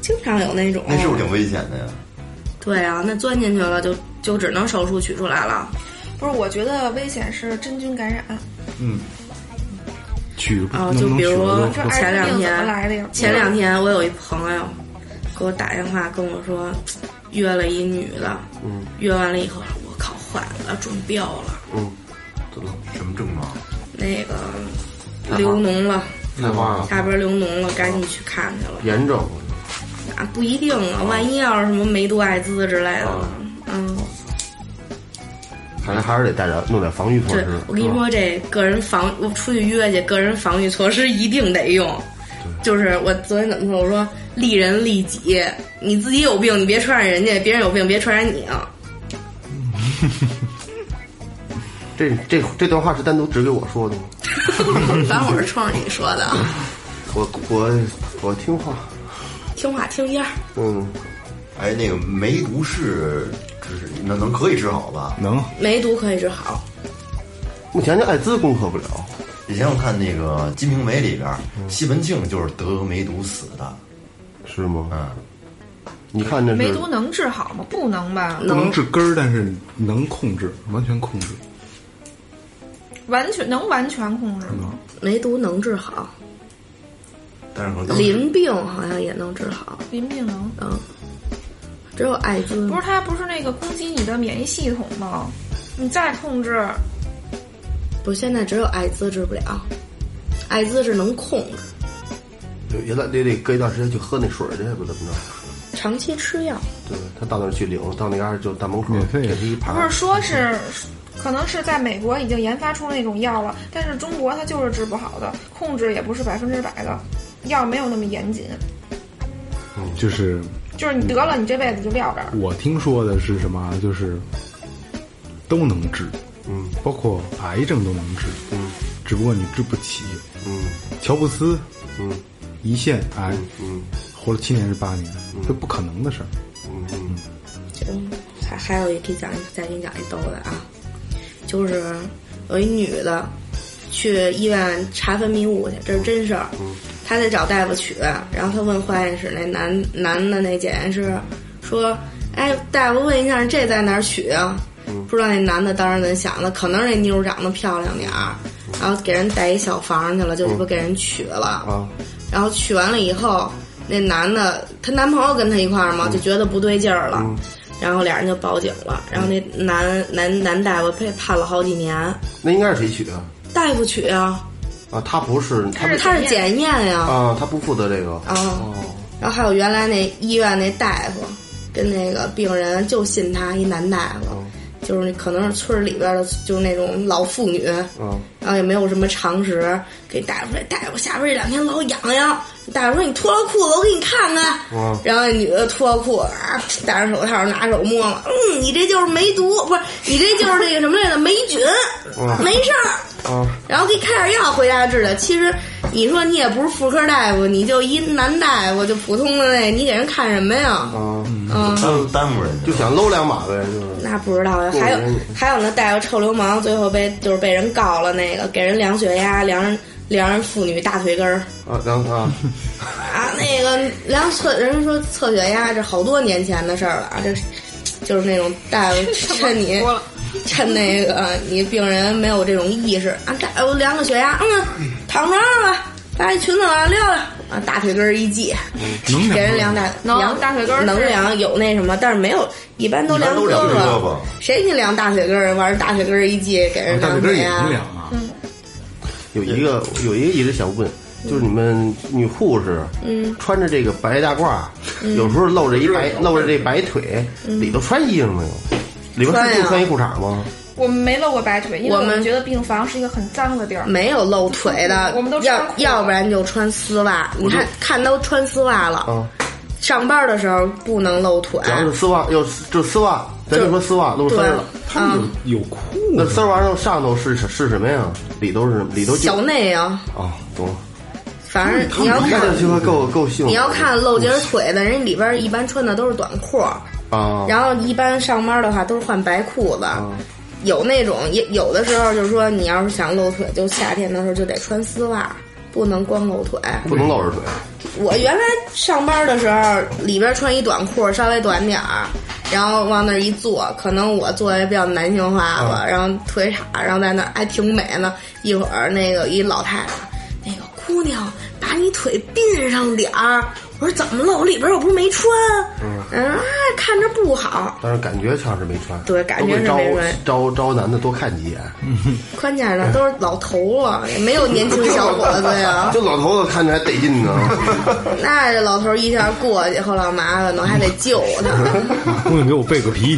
经常有那种。
那是不是挺危险的呀？
对啊，那钻进去了就就只能手术取出来了。
不是？我觉得危险是真菌感染，
取
啊
能，不
就
能
比
取
如
得
这
多
艾
前
滋
两
病怎么来的
天
呀，？
前两天我有一朋友给我打电话跟我说，约了一女的，约完了以后，我靠，坏了，中标了，
什么症状？
那个流脓了，
开花了，
下边流脓了，赶紧去看去了。
严重。
啊，不一定啊，万一要是什么梅毒、艾滋之类的呢，嗯，
看来还是得带点弄点防御措
对
施。，
我跟你说，这个人防，我出去约去，个人防御措施一定得用。就是我昨天怎么说？我说利人利己，你自己有病，你别传染人家；别人有病，别传染你啊。
这这这段话是单独只给我说的吗？
反正我是冲着你说的啊，
我我我听话，
听话听音儿。
嗯，
哎，那个梅毒是治能能可以治好吧？
[LAUGHS] 能
梅毒可以治好，
目前这艾滋攻克不了，
以前我看那个《金瓶梅》里边儿，西门庆就是得梅毒死的。
是吗？
嗯，
你看这
梅
是
毒能治好吗？不能吧，
不能治根儿，但是能控制，完全控制。
完全能完全控制吗？
梅毒能治好，
但是可能当时
淋病好像也能治好，
淋病能。
嗯，只有艾滋
不是它不是那个攻击你的免疫系统吗？你再控制，
不是现在只有艾滋治不了，艾滋是能控制，
对原来得得隔一段时间去喝那水儿去，不怎么着？
长期吃药。
对他到那儿去领，到那嘎儿就大门口
免费
给他一盘
不
儿
是，说是，可能是在美国已经研发出那种药了，但是中国它就是治不好的，控制也不是百分之百的，药没有那么严谨，
就是
就是你得了，你这辈子就撂这儿。
我听说的是什么啊？就是都能治，嗯，包括癌症都能治，嗯，只不过你治不起，嗯，乔布斯，嗯，胰腺癌，嗯，活了七年是八年，这不可能的事儿，嗯嗯，
嗯，还还有一给讲再给你讲一逗的啊，就是有一女的去医院查分泌物去，这是真事儿，她得找大夫取，然后她问化验室那男男的那检验师说，哎，大夫问一下这在哪儿取啊？不知道那男的当时怎么想的，可能是那妞儿长得漂亮点儿，然后给人带一小房去了，就鸡巴给人取了。然后取完了以后，那男的她男朋友跟她一块儿嘛，就觉得不对劲儿了，然后俩人就报警了。然后那男男男大夫被判了好几年，
那应该是谁取的？
大夫取啊，
啊，他不是，他
他是检验呀
啊，他不负责这个。
啊。然后还有原来那医院那大夫跟那个病人就信他，一男大夫。就是可能是村儿里边的，就是那种老妇女，
嗯，
然后也没有什么常识，给大夫说：“大夫，下边这两天老痒痒。”大夫说：“你脱了裤子，我给你看看。”
嗯
然后那女的脱了裤子，啊，戴上手套，拿手摸摸，嗯，你这就是梅毒，不是，你这就是那个什么来着，霉菌，没事儿。
啊，
然后给开点药回家治疗。其实你说你也不是妇科大夫，你就一男大夫，就普通的那，你给人看什么呀？
嗯，
嗯，
耽误耽误人家
就想搂两把呗，就是。
那不知道呀，
不
还有
容易
还有那带个臭流氓，最后被就是被人告了，那个给人量血压，量人量人妇女大腿根儿
啊，然后
[LAUGHS]
啊，
啊，那个量测人家说测血压，这好多年前的事儿了啊，这就是那种大
[LAUGHS]
夫趁你趁那个呃你病人没有这种意识啊，大夫量个血压，嗯，躺床上吧，把这裙子往上撩撩。啊，大腿根儿一系，
能
给人量大
能
量
大腿根儿是
能量有那什么，但是没有，一般都
一般
量
都
胳
量胳
膊
膊，
谁给你量大腿根儿？玩大腿根儿一记，给
哦
人
大腿
量
根儿
腿
也能量
呀？
啊，
有一个有一个一直想问，就是你们女护士，嗯，穿着这个白大褂，有时候露着一白露着这白腿，里头穿衣裳没有？里边
穿
是
呀
就穿一裤衩吗？
我们没露过白腿，因为
我
我
们嗯
们觉得病房是一个很脏的地儿。
没有露腿的，
我们都
要
穿裤
要不然就穿丝袜。你看看都穿丝袜了，
啊，
上班的时候不能露腿。
只要是丝袜，要是就丝袜，咱就说丝袜露
对
丝儿了。
他
啊，
们有有裤
那
子，
丝袜上上头是是什么呀？里头是里头就
小内啊，
哦，懂了。
反正你要
那
看
就就够够幸福。
你要看露截儿腿的人，里边儿一般穿的都是短裤。
嗯啊，
然后一般上班的话都是换白裤子，有那种也有的时候就是说你要是想露腿，就夏天的时候就得穿丝袜，不能光露腿。
不能露着腿。
我原来上班的时候里边穿一短裤，稍微短点儿，然后往那儿一坐，可能我坐的比较男性化了，然后腿叉，然后在那儿还挺美呢。一会儿那个一老太太，那个姑娘把你腿并上点儿。我说怎么了？我里边又不是没穿。嗯啊，看着不好。
但是感觉像是没穿，
对感觉是
都
没
会
穿
招招招男的多看几眼，。
宽点儿的都是老头了，也没有年轻小伙子呀
[LAUGHS]
就老头子看着还得劲呢。
啊那这老头一下过去，后老麻烦了，还得救他。
啊姑娘给我备个
[LAUGHS]
皮，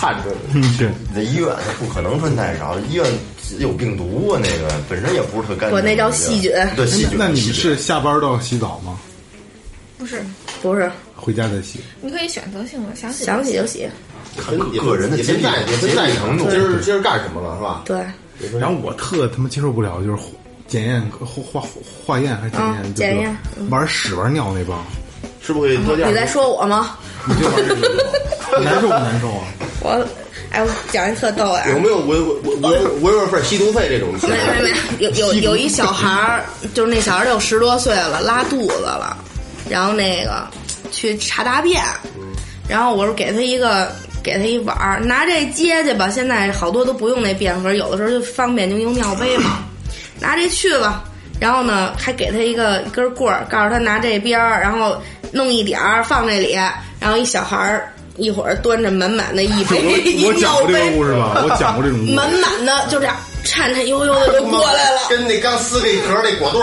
看着，
嗯对，
那医院不可能穿太少，医院有病毒啊，那个本身也不是特干净。
我那叫细菌
对细菌。
那那你
细
们
菌
是下班都要洗澡吗？
不是，
不是，
回家再洗，
你可以选择性的想起
想洗就洗。
看个人的
也
洁
分
癖
在也分在
洁癖程度
今儿今儿干什么了是吧？
对，
然后我特他妈接受不了，就是检验化化化验还是检验
嗯
就是
检验
玩屎玩尿那 [LAUGHS] 帮，
是不是可以多点
你在
儿？
说我吗？
你这玩意儿难受不难受啊？
我，哎，我讲一特逗的啊。
有没有维维维维维份吸毒费这种？
没没没，有
[LAUGHS]
有有一小孩儿，就是那小孩儿得有十多岁了，拉肚子了，然后那个去查大便，
嗯
然后我说给他一个给他一碗儿，拿这接去吧。现在好多都不用那便盒，有的时候就方便就用尿杯嘛，拿这去吧。然后呢，还给他一个一根棍儿，告诉他拿这边儿，然后弄一点儿放这里，然后一小孩儿一会儿端着满满的一杯 [LAUGHS] 一
哎我讲
尿
过这
杯
个故事吧？我讲过这种故事。
满满的就这样颤颤悠悠的就过来
[LAUGHS]
了。
跟那刚撕开一壳那果冻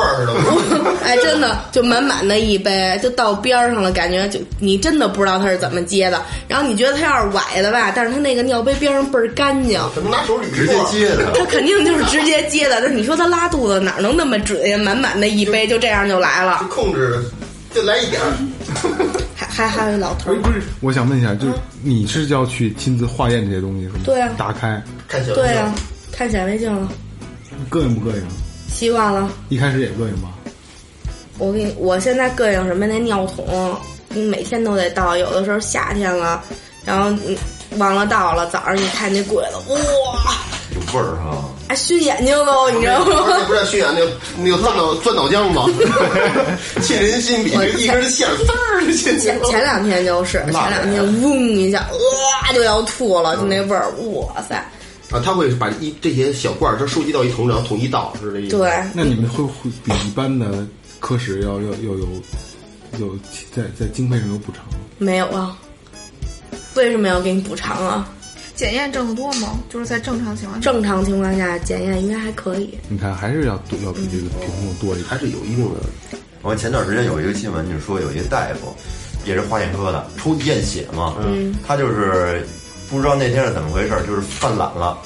似
[LAUGHS]
的。
哎，真的就满满的一杯，就到边儿上了，感觉就你真的不知道他是怎么接的。然后你觉得他要是崴的吧，但是他那个尿杯边上倍儿干净，
怎么拿手捋
直接接的，
他肯定就是直接接的。那你说他拉肚子哪能那么准呀？满满的一杯就这样就来了。
控制，就来一点儿。 [LAUGHS]
还还还有一老头儿，
我想问一下，就是你是要去亲自化验这些东西是吗？
对啊
打开，
看小
对啊，看显微镜了，
膈应不膈应？
习惯了。
一开始也膈应吧？
我给你，我现在膈应什么？那尿桶，你每天都得倒，有的时候夏天了，然后你忘了倒了，早上你看那柜子，哇，
有味儿啊 [LAUGHS] 哈。
还熏眼睛都，你知道吗？
不是熏眼那个那个钻脑钻脑浆子，沁人心脾，一根线儿嘚儿就进去
[LAUGHS] 前前两天就是，前两天嗡一下，哇就要吐了，就那味儿，哇塞！
啊，他会把一这些小罐儿，这收集到一桶，然后统一倒，是这意思。
对，
那你们会不会比一般的科室要要要有有在在经费上有补偿吗？
没有啊，为什么要给你补偿啊？
检验挣得多吗？就是在正常情况下，
正常情况下检验应该还可以，
你看还是要多要比这个贫困多一点。
还是有一定的。
我前段时间有一个新闻，就是说有一个大夫，也是化验科的，抽验血嘛，
嗯，
他就是不知道那天是怎么回事，就是犯懒了，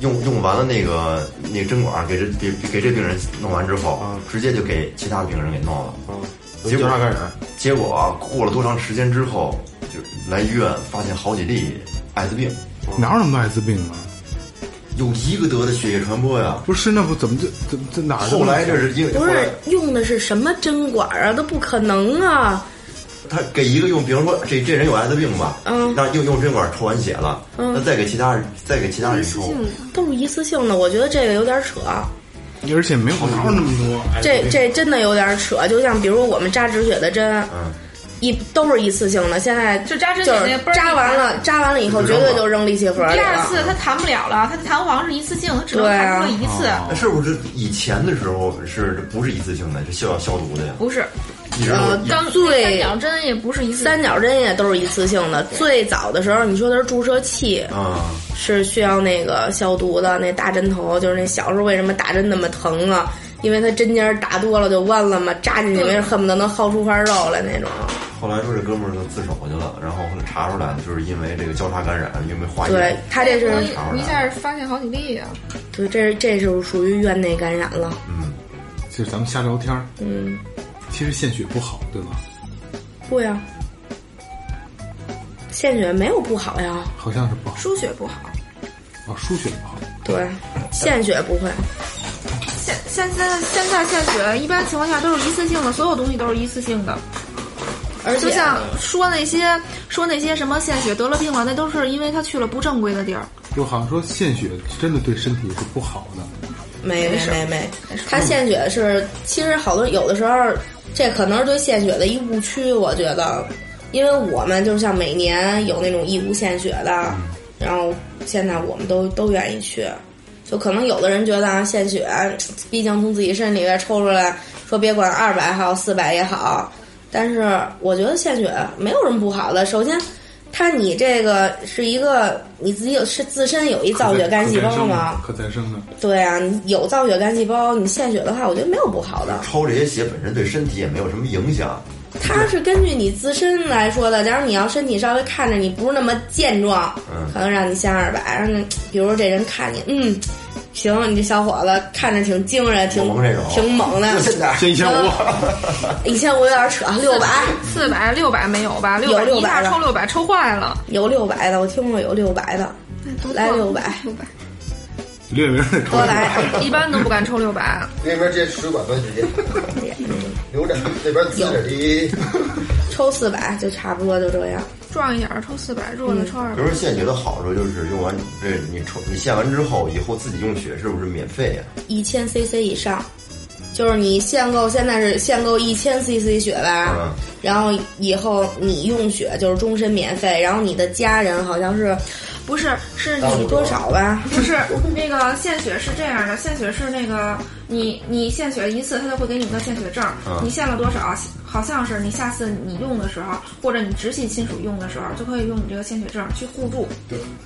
用用完了那个那个针管给这给给这病人弄完之后，
嗯
直接就给其他的病人给弄了，结果
交叉感染，
结果啊过了多长时间之后，就来医院发现好几例艾滋病，
哪有那么多艾滋病啊？
有一个得的血液传播呀。
不是，那不怎么就怎么这哪儿都
后来这是因为
嗯不
后来
是用的是什么针管啊？都不可能啊！
他给一个用，比如说这这人有艾滋病吧，
嗯
那用用针管抽完血了，
嗯
那再给其他人再给其他人抽，
都是一次性的，我觉得这个有点扯，
而且没有哪有那么多艾滋
这
病。
这真的有点扯。就像比如我们扎止血的针，
嗯，
一都是一次性的，现在
就扎止血
就
那
是
嘣儿
扎完了，扎完了以后绝对就扔力气盒里
第二
了。
次它弹不了了，它弹簧是一次性，它只能
对
弹
啊
出了一次，
那是不是以前的时候是不是一次性的，是消消毒的呀？
不是
一直
呃，
都
钢三
最
角针也不是一次
三角针也都是一次性的。最早的时候，你说的是注射器，
啊，
是需要那个消毒的，那大针头就是那小时候为什么打针那么疼啊？因为它针尖儿打多了就弯了嘛，扎进去没事恨不得能薅出块肉来那种。
后来说这哥们儿就自首去了，然后后来查出来了，就是因为这个交叉感染，因为化验，
对他这
哎
是
查出
你一
来
下
了，
发现好几例啊！
对，这是这是属于院内感染了。
嗯，
就是咱们瞎聊天儿，
嗯，
其实献血不好，对吧？
不呀，献血没有不好呀。
好像是不好
输血不好，
啊，输血不好。
对，献血不会。
现现在现在献血一般情况下都是一次性的，所有东西都是一次性的。
而
就
且
像说那些说那些什么献血得了病了，那都是因为他去了不正规的地儿。
就好像说献血真的对身体是不好的，
没没没没，他献血是，其实好多有的时候，这可能是对献血的一误区，我觉得，因为我们就像每年有那种义务献血的，然后现在我们都都愿意去，就可能有的人觉得啊，献血，毕竟从自己身体里边抽出来，说别管二百还有四百也好，但是我觉得献血没有什么不好的，首先。它你这个是一个你自己有是自身有一造血干细胞吗？
可再生的，
对啊，你有造血干细胞，你献血的话，我觉得没有不好的。
抽这些血本身对身体也没有什么影响，
它是根据你自身来说的。假如你要身体稍微看着你不是那么健壮，
嗯
可能让你献二百，让你比如说这人看你，嗯，行，你这小伙子看着挺精神，挺
猛这种
挺
[LAUGHS]
猛的，嗯
现
[LAUGHS]
在
献一千五，
一千五
[LAUGHS]
有点扯，六百
四百六百没有吧？
有啊
百
600
一下
的
抽六百抽坏了，
有六百的，我听过有六百的，来六百，
六百，
略微得抽
多来。
一般都不敢抽六百。
[LAUGHS]
那边接水管子直接 [LAUGHS] 留着，那边呲着滴。
抽四百就差不多就这样。
壮一点儿抽四百，弱了抽二
比
嗯
百
如。说献血的好处就是用完这你抽你献完之后，以后自己用血是不是免费呀、啊
一千 CC 以上，就是你限购，现在是限购一千 CC 血吧，
嗯
然后以后你用血就是终身免费，然后你的家人好像是
不是，是
你
你
多少吧？
不是那个献血是这样的，献血是那个你你献血一次，他就会给你个献血证儿，
嗯
你献了多少，好像是你下次你用的时候，或者你直系亲属用的时候，就可以用你这个献血证儿去互助，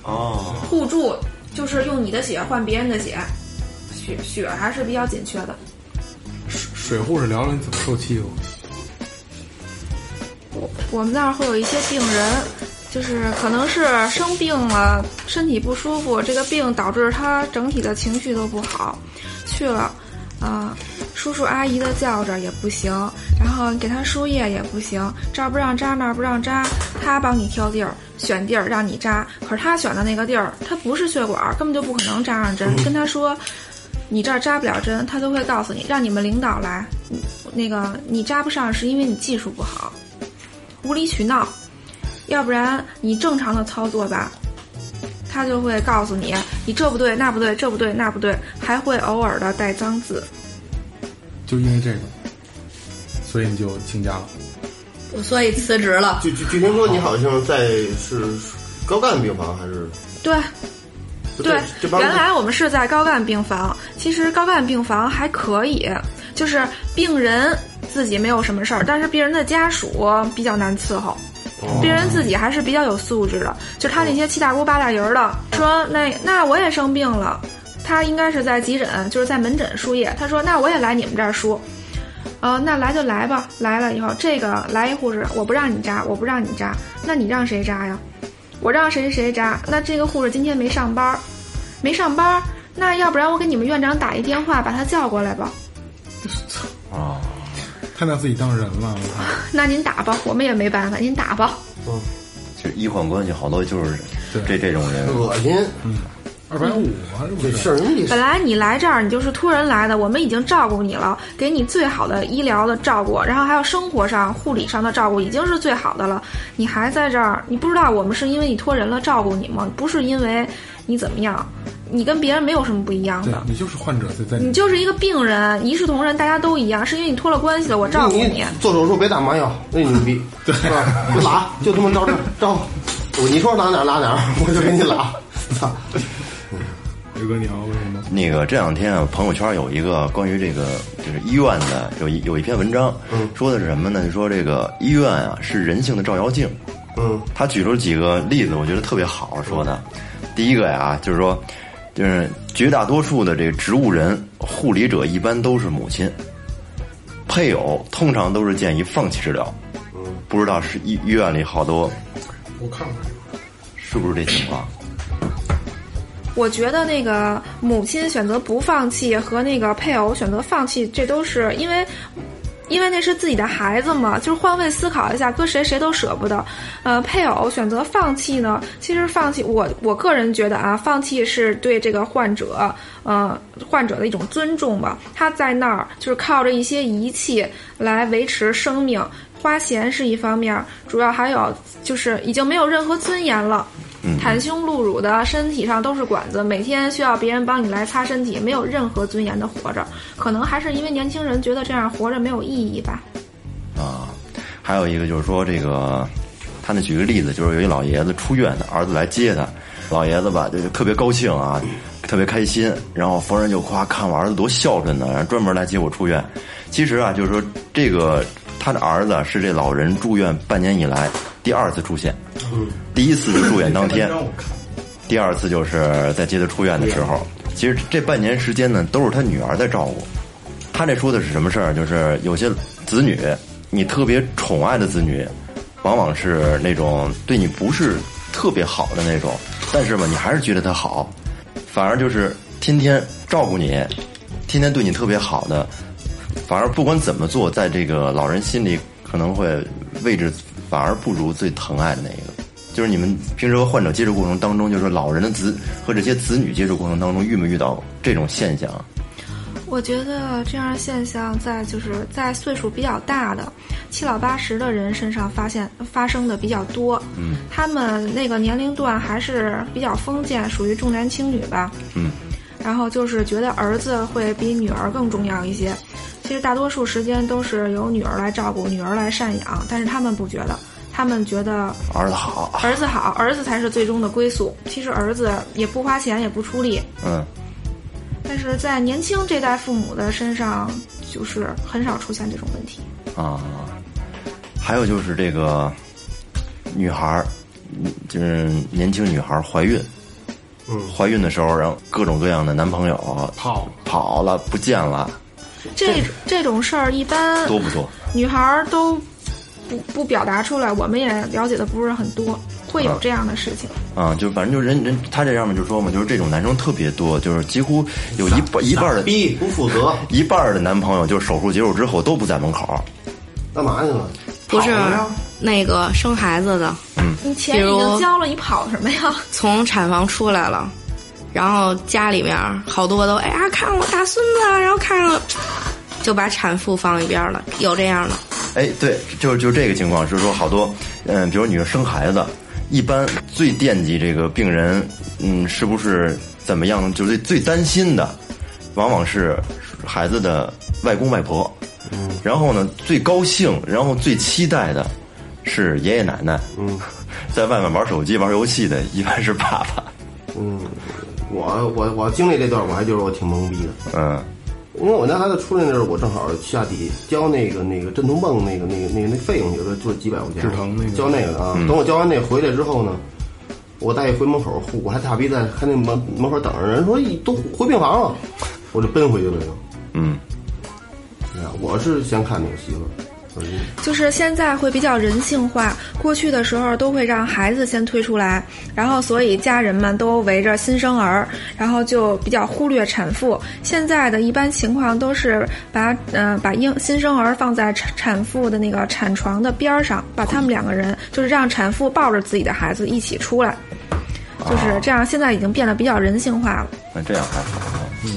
哦，
互助就是用你的血换别人的血，血血还是比较紧缺的。
水护士聊聊你怎么受哦欺负，
我们那儿会有一些病人，就是可能是生病了，身体不舒服，这个病导致他整体的情绪都不好，去了，啊、叔叔阿姨的叫着也不行，然后你给他输液也不行，这儿不让扎那儿不让扎，他帮你挑地儿、选地儿让你扎，可是他选的那个地儿，他不是血管，根本就不可能扎上针。跟他说，你这儿扎不了针，他都会告诉你，让你们领导来，你那个你扎不上是因为你技术不好，无理取闹，要不然你正常的操作吧，他就会告诉你，你这不对那不对，这不对那不对，还会偶尔的带脏字。
就因为这个，所以你就请假了。
我所以辞职了。
据据据听说你好像在是高干病房还是？
对，啊
不
对，
这帮
原
人
来我们是在高干病房，其实高干病房还可以，就是病人自己没有什么事儿，但是病人的家属比较难伺候。病人自己还是比较有素质的，就是他那些七大姑八大姨儿的，说那那我也生病了，他应该是在急诊，就是在门诊输液。他说那我也来你们这儿输，呃，那来就来吧，来了以后这个来一护士，我不让你扎，我不让你扎，那你让谁扎呀？我让谁谁扎，那这个护士今天没上班儿，没上班儿，那要不然我给你们院长打一电话，把他叫过来吧。
啊，
太拿自己当人了，我靠！ [LAUGHS]
那您打吧，我们也没办法，您打吧。
就医患关系好多就是这这种人，
恶心，
二百五还是不是？
事儿你
本来你来这儿，你就是托人来的，我们已经照顾你了，给你最好的医疗的照顾，然后还有生活上、护理上的照顾，已经是最好的了。你还在这儿，你不知道我们是因为你托人了照顾你吗？不是因为你怎么样，你跟别人没有什么不一样
对
的，
你就是患者在在
嗯
你就是一个病人，一视同仁，大家都一样，是因为你托了关系了，我照顾
你
你。啊
做手术别打麻药，那牛逼，
[LAUGHS]
对吧？就拉，就他妈照这照，我你说拉哪儿拉哪儿，我就给你
[LAUGHS]
拉。 [LAUGHS] 操！
刘哥你熬过什么？
那个这两天啊，朋友圈有一个关于这个就是医院的，有一有一篇文章，说的是什么呢？就说这个医院啊是人性的照妖镜。
嗯，
他举了几个例子，我觉得特别好说的。第一个呀，就是说，就是绝大多数的这个植物人护理者一般都是母亲，配偶通常都是建议放弃治疗。不知道是医医院里好多
我看看，
是不是这情况？
我觉得那个母亲选择不放弃和那个配偶选择放弃，这都是因为。因为那是自己的孩子嘛，就是换位思考一下，搁谁谁都舍不得。呃，配偶选择放弃呢，其实放弃我我个人觉得啊，放弃是对这个患者，呃，患者的一种尊重吧。他在那儿就是靠着一些仪器来维持生命，花钱是一方面儿，主要还有就是已经没有任何尊严了。袒胸露乳的，身体上都是管子，每天需要别人帮你来擦身体，没有任何尊严的活着。可能还是因为年轻人觉得这样活着没有意义吧。
啊，还有一个就是说这个，他那举个例子，就是有一老爷子出院，他儿子来接他，老爷子吧就特别高兴啊，特别开心，然后逢人就夸看我儿子多孝顺呢，然后专门来接我出院。其实啊，就是说这个他的儿子是这老人住院半年以来第二次出现，第一次是住院当天。第二次就是在接他出院的时候，其实这半年时间呢，都是他女儿在照顾。他这说的是什么事儿？就是有些子女，你特别宠爱的子女，往往是那种对你不是特别好的那种，但是吧，你还是觉得他好，反而就是天天照顾你，天天对你特别好的，反而不管怎么做，在这个老人心里可能会位置反而不如最疼爱的那一个。就是你们平时和患者接触过程当中，就是老人的子和这些子女接触过程当中，遇没遇到这种现象？
我觉得这样的现象在就是在岁数比较大的七老八十的人身上发现发生的比较多。
嗯，
他们那个年龄段还是比较封建，属于重男轻女吧。
嗯，
然后就是觉得儿子会比女儿更重要一些。其实大多数时间都是由女儿来照顾，女儿来赡养，但是他们不觉得，他们觉得
儿子好，
儿子好，儿子才是最终的归宿。其实儿子也不花钱，也不出力，
嗯。
但是在年轻这代父母的身上，就是很少出现这种问题。
啊，还有就是这个女孩儿，嗯就是年轻女孩儿怀孕，
嗯，
怀孕的时候，然后各种各样的男朋友
跑
跑了，不见了，
这这种事儿一般
多不多？
女孩儿都不不表达出来，我们也了解的不是很多。会有这样的事情。
啊，就反正就人人他这上面就说嘛，就是这种男生特别多，就是几乎有一半一半儿的
逼不负责，
一半儿的男朋友就是手术结束之后都不在门口。
干嘛去了？
不是啊那个生孩子的，
嗯，
你钱已经交了，你跑什么呀？
从产房出来了，然后家里面好多都哎呀看我大孙子啊，然后看着就把产妇放一边了，有这样的。
哎，对，就是就这个情况，就是说好多，嗯，比如女生生孩子，一般最惦记这个病人，嗯，是不是怎么样，就是最担心的，往往是孩子的外公外婆。嗯，然后呢，最高兴，然后最期待的是爷爷奶奶。嗯，在外面玩手机、玩游戏的，一般是爸爸。
嗯，我我我经历这段，我还觉得我挺懵逼的。
嗯，
因为我那孩子出来那阵儿，我正好下底交那个那个镇痛泵那个那个那个那费用，有的就几百块钱，
止疼那个
交那个啊。
嗯
等我交完那回来之后呢，我大爷回门口护，我还大逼在还那门门口等着，人说咦都回病房了，我就奔回去了又。
嗯，
哎呀，我是先看那个媳妇儿，我是
就是现在会比较人性化，过去的时候都会让孩子先推出来，然后所以家人们都围着新生儿，然后就比较忽略产妇。现在的一般情况都是把嗯、呃把婴新生儿放在产产妇的那个产床的边儿上，把他们两个人就是让产妇抱着自己的孩子一起出来，就是这样。现在已经变得比较人性化了。
那这样还好。嗯，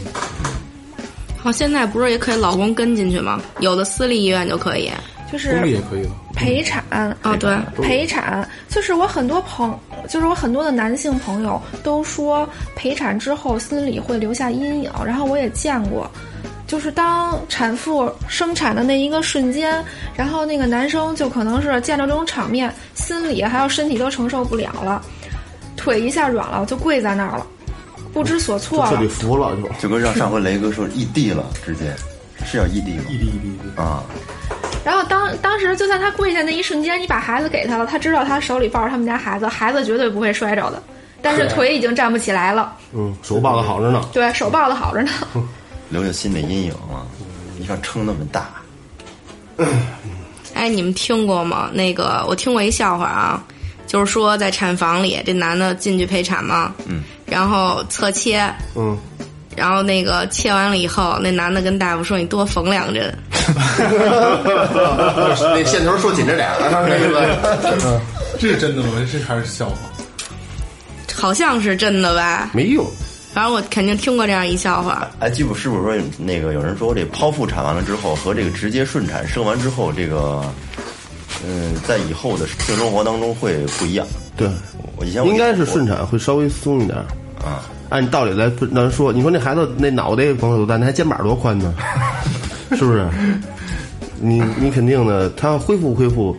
好，现在不是也可以老公跟进去吗？有的私立医院就可以，
就是公立也
可以了。
陪产啊，
对，
陪产就是我很多朋，就是我很多的男性朋友都说陪产之后心里会留下阴影，然后我也见过，就是当产妇生产的那一个瞬间，然后那个男生就可能是见到这种场面，心里还有身体都承受不了了，腿一下软了就跪在那儿了，不知所措了。
服了
就
就，
跟让上回雷哥说异地了，直接是叫异地吗？异
地异
[LAUGHS]
地异地
啊，
然后当当时就在他跪下那一瞬间，你把孩子给他了，他知道他手里抱着他们家孩子，孩子绝对不会摔着的，但是
对
腿已经站不起来了，
嗯，手抱的好着呢，
对手抱的好着呢。 [LAUGHS]
留下心理阴影了。你看撑那么大，
哎，你们听过吗？那个我听过一笑话啊，就是说在产房里，这男的进去陪产嘛，
嗯，
然后侧切，
嗯，
然后那个切完了以后，那男的跟大夫说：“你多缝两针。
[LAUGHS] 那线头说紧着点儿，啊那个
[LAUGHS] 这是真的吗？这还是笑话？”
好像是真的吧？
没用。
反正我肯定听过这样一笑话。
哎，基普是不是说那个有人说这剖腹产完了之后和这个直接顺产生完之后，这个嗯，在以后的性生活当中会不一样？
对，
我以前我
应该是顺产会稍微松一点儿。
啊，
按道理来咱说，你说那孩子那脑袋甭说多大，那还肩膀多宽呢，是不是？你你肯定的，他恢复恢复，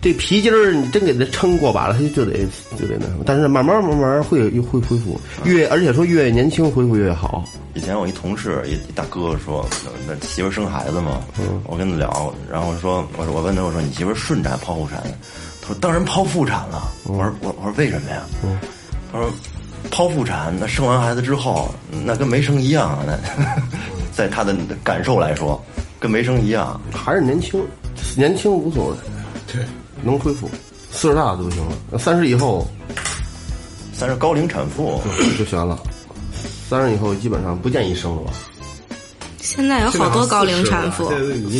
这皮筋儿你真给他撑过把了，他就得就得那什么。但是慢慢慢慢会会恢复，越而且说越年轻恢复越好。
以前我一同事一一大哥说，那那媳妇儿生孩子嘛，
嗯
我跟他聊，然后说，我说我问他，我说你媳妇儿顺产剖腹产？他说当然剖腹产了。
嗯
我说我我说为什么呀？他说剖腹产那生完孩子之后，那跟没生一样啊，那 [LAUGHS] 在他的感受来说，跟没生一样。
还是年轻，年轻无所谓，
对，
能恢复。四十大就不行了，三十以后
三十高龄产妇
就悬了，三十以后基本上不建议生了吧。
现在有好多高龄产妇，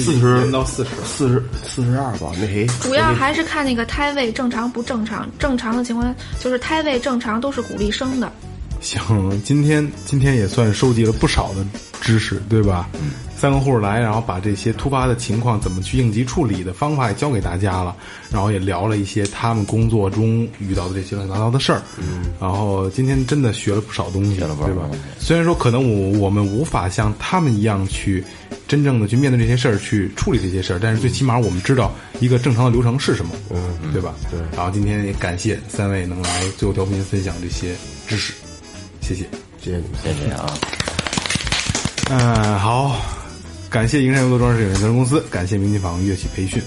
四十到四十，四十四十二吧，那谁
主要还是看那个胎位正常不正常，正常的情况就是胎位正常都是鼓励生的。
行，今天今天也算收集了不少的知识，对吧？三个户来，然后把这些突发的情况怎么去应急处理的方法也教给大家了，然后也聊了一些他们工作中遇到的这些乱七八糟的事儿。嗯，然后今天真的学了不少东西，对吧？虽然说可能我我们无法像他们一样去真正的去面对这些事儿，去处理这些事儿，但是最起码我们知道一个正常的流程是什么，嗯，对吧？对。然后今天也感谢三位能来最后调频分享这些知识。谢谢。
谢谢你，
谢谢
[LAUGHS]
啊！
嗯，好，感谢营山游乐装饰有限责任公司，感谢明琴坊乐器培训，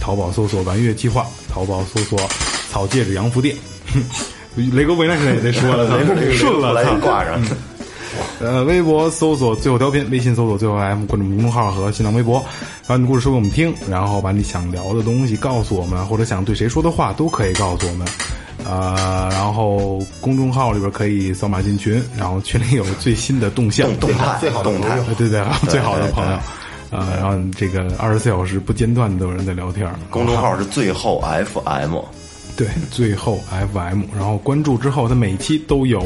淘宝搜索“玩乐计划”，淘宝搜索“草戒指洋服店”。 [LAUGHS] 雷哥为难现在也得说了，
雷
[LAUGHS]
哥雷哥
顺了，
后来
操
就挂上了。
嗯呃，微博搜索最后调频，微信搜索最后 M，关注我们公众号和新浪微博，把你的故事说给我们听，然后把你想聊的东西告诉我们，或者想对谁说的话都可以告诉我们。呃，然后公众号里边可以扫码进群，然后群里有最新的动向、
动态最好的朋友
对对对，
对
最好的
[LAUGHS] 对
朋友。啊，然后这个二十四小时不间断的有人在聊天儿，啊
公众号是最后 FM，
对，最后 FM，然后关注之后，它每一期都有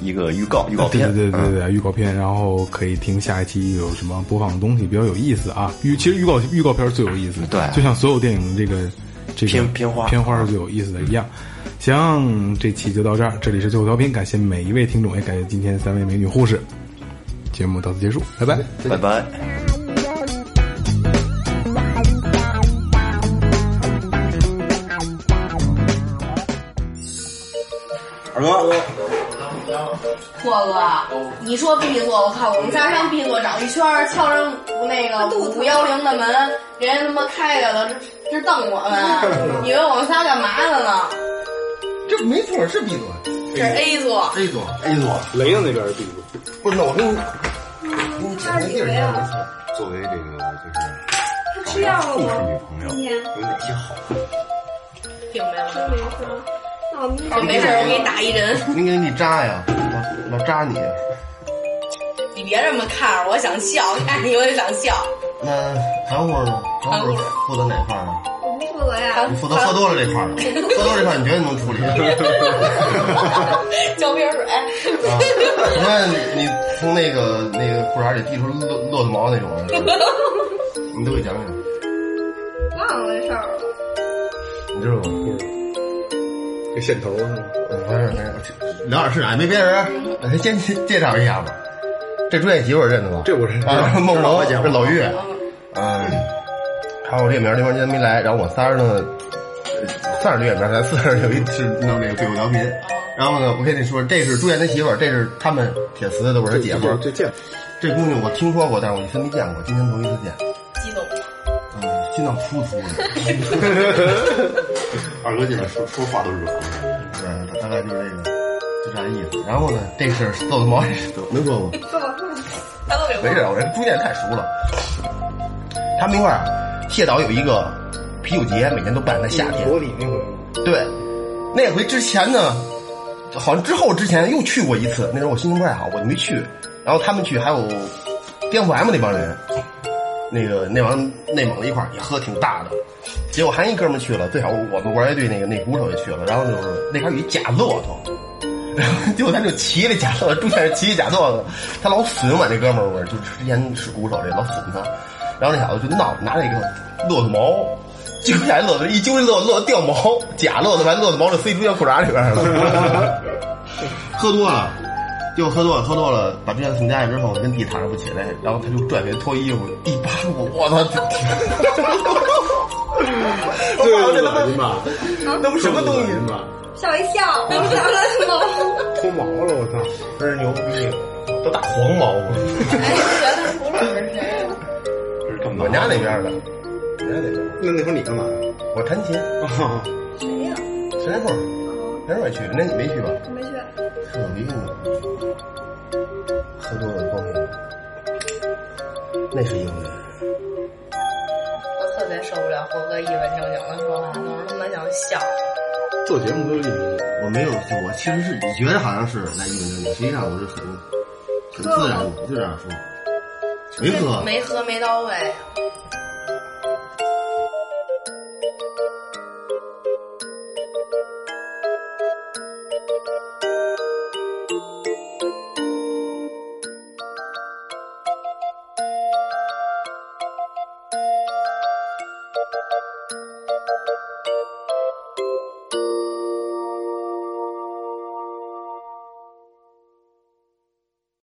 一个预告预告片，
对对对
嗯
对对，预告片，然后可以听下一期有什么播放的东西比较有意思啊。预其实预告预告片最有意思，
对
就像所有电影的这个这个
片片花
片花是最有意思的一样。行，这期就到这儿，这里是最后调频，感谢每一位听众，也感谢今天三位美女护士。节目到此结束，拜拜，
拜拜。
二哥，
霍哥，你说闭座，我靠，我们仨上闭座找一圈儿，敲人五那个五幺零的门，人家他妈开开了，这这瞪我们，以为我们仨干嘛的呢？
这没错，是 B 座
这是 A 座，
，A 座，A 座，
雷子那边是 B
座，不是我跟你，你
他是几个呀？
作为这个就是
他吃药了
护士
吗？
女朋友，有哪些好？
并没有，真没喝。
那我们
我没事，我给你打一针。
你给你扎呀，老老扎你。
你别这么看着我，想笑，看你我就想笑。
那韩护呢？韩护负责哪块儿啊？
我不负责呀。
你负责喝多了这块 [LAUGHS] 儿啊，喝多了这块儿你绝对能处理。 [LAUGHS]
浇瓶水。
啊你看你你从那个那个裤衩里滴出骆骆驼毛那种啊，你都给讲讲，
忘了这事儿了。
你知道吗？
这线头是吗？
不是，没有聊点市场，没别人，咱先介绍一下吧。这专业媳妇儿认得吧？
这我认
啊，梦龙，这老岳，嗯，还有这名儿，这块儿今天没来，然后我仨人呢，呃三十月名儿，咱四十有一是弄这个最后调频。然后呢，我跟你说，这是朱元的媳妇儿，这是他们铁丝都是他姐夫。
这见
这姑娘我听说过，但是我真没见过，今天头一次见，
激动。
嗯，心脏突突的。
二哥这边说说话都是软的。
对，嗯大概就是这个，就这意思。然后呢，这是豆子猫，没说过。
他都给
没事，我这朱建太熟了。他们一块儿，谢导有一个啤酒节，每年都办在夏天。
里那回
对，那回之前呢，好像之后之前又去过一次，那时候我心情不太好，我就没去。然后他们去，还有颠覆 M 那帮人，那个那帮内蒙的一块儿也喝挺大的。结果还一哥们去了，最好我们玩乐队那个那鼓手也去了，然后就是那块儿有一假骆驼，然后 [LAUGHS] 结果他就骑那假骆驼，中间是骑一假骆驼，他老损我那哥们儿，我就是之前是鼓手这老损他，然后那小子就闹，拿那个骆驼毛。揪起来骆驼，一揪这骆驼骆驼掉毛，假骆驼把骆驼毛就塞猪腰裤衩里边儿了。 [LAUGHS] 喝多了，就喝多了，喝多了，把朱元送家去之后，跟地躺着不起来，然后他就拽别人脱衣服，一扒我，我操！ [LAUGHS] 我操，这他妈那不什么东西吗？
吓我一跳， [LAUGHS] 我吓了我。
啊脱毛了，我操！
真是牛逼，都打黄毛
哎
了。
啊
我家那边的，我家那边。
那那会儿你干
[LAUGHS]
啊嘛？
我弹琴。
谁呀？
谁那会儿？那时候也去，那你没去吧？
我嗯没去。
特别用喝多了光有，那是英语。
[LAUGHS] 我特别受不了猴哥一本正经的说话，弄得他妈想笑。
做节目都是我没有，我其实是你觉得好像是来一本正经，实际上我是很很自然的，我就这样说，没喝，
没喝没到位，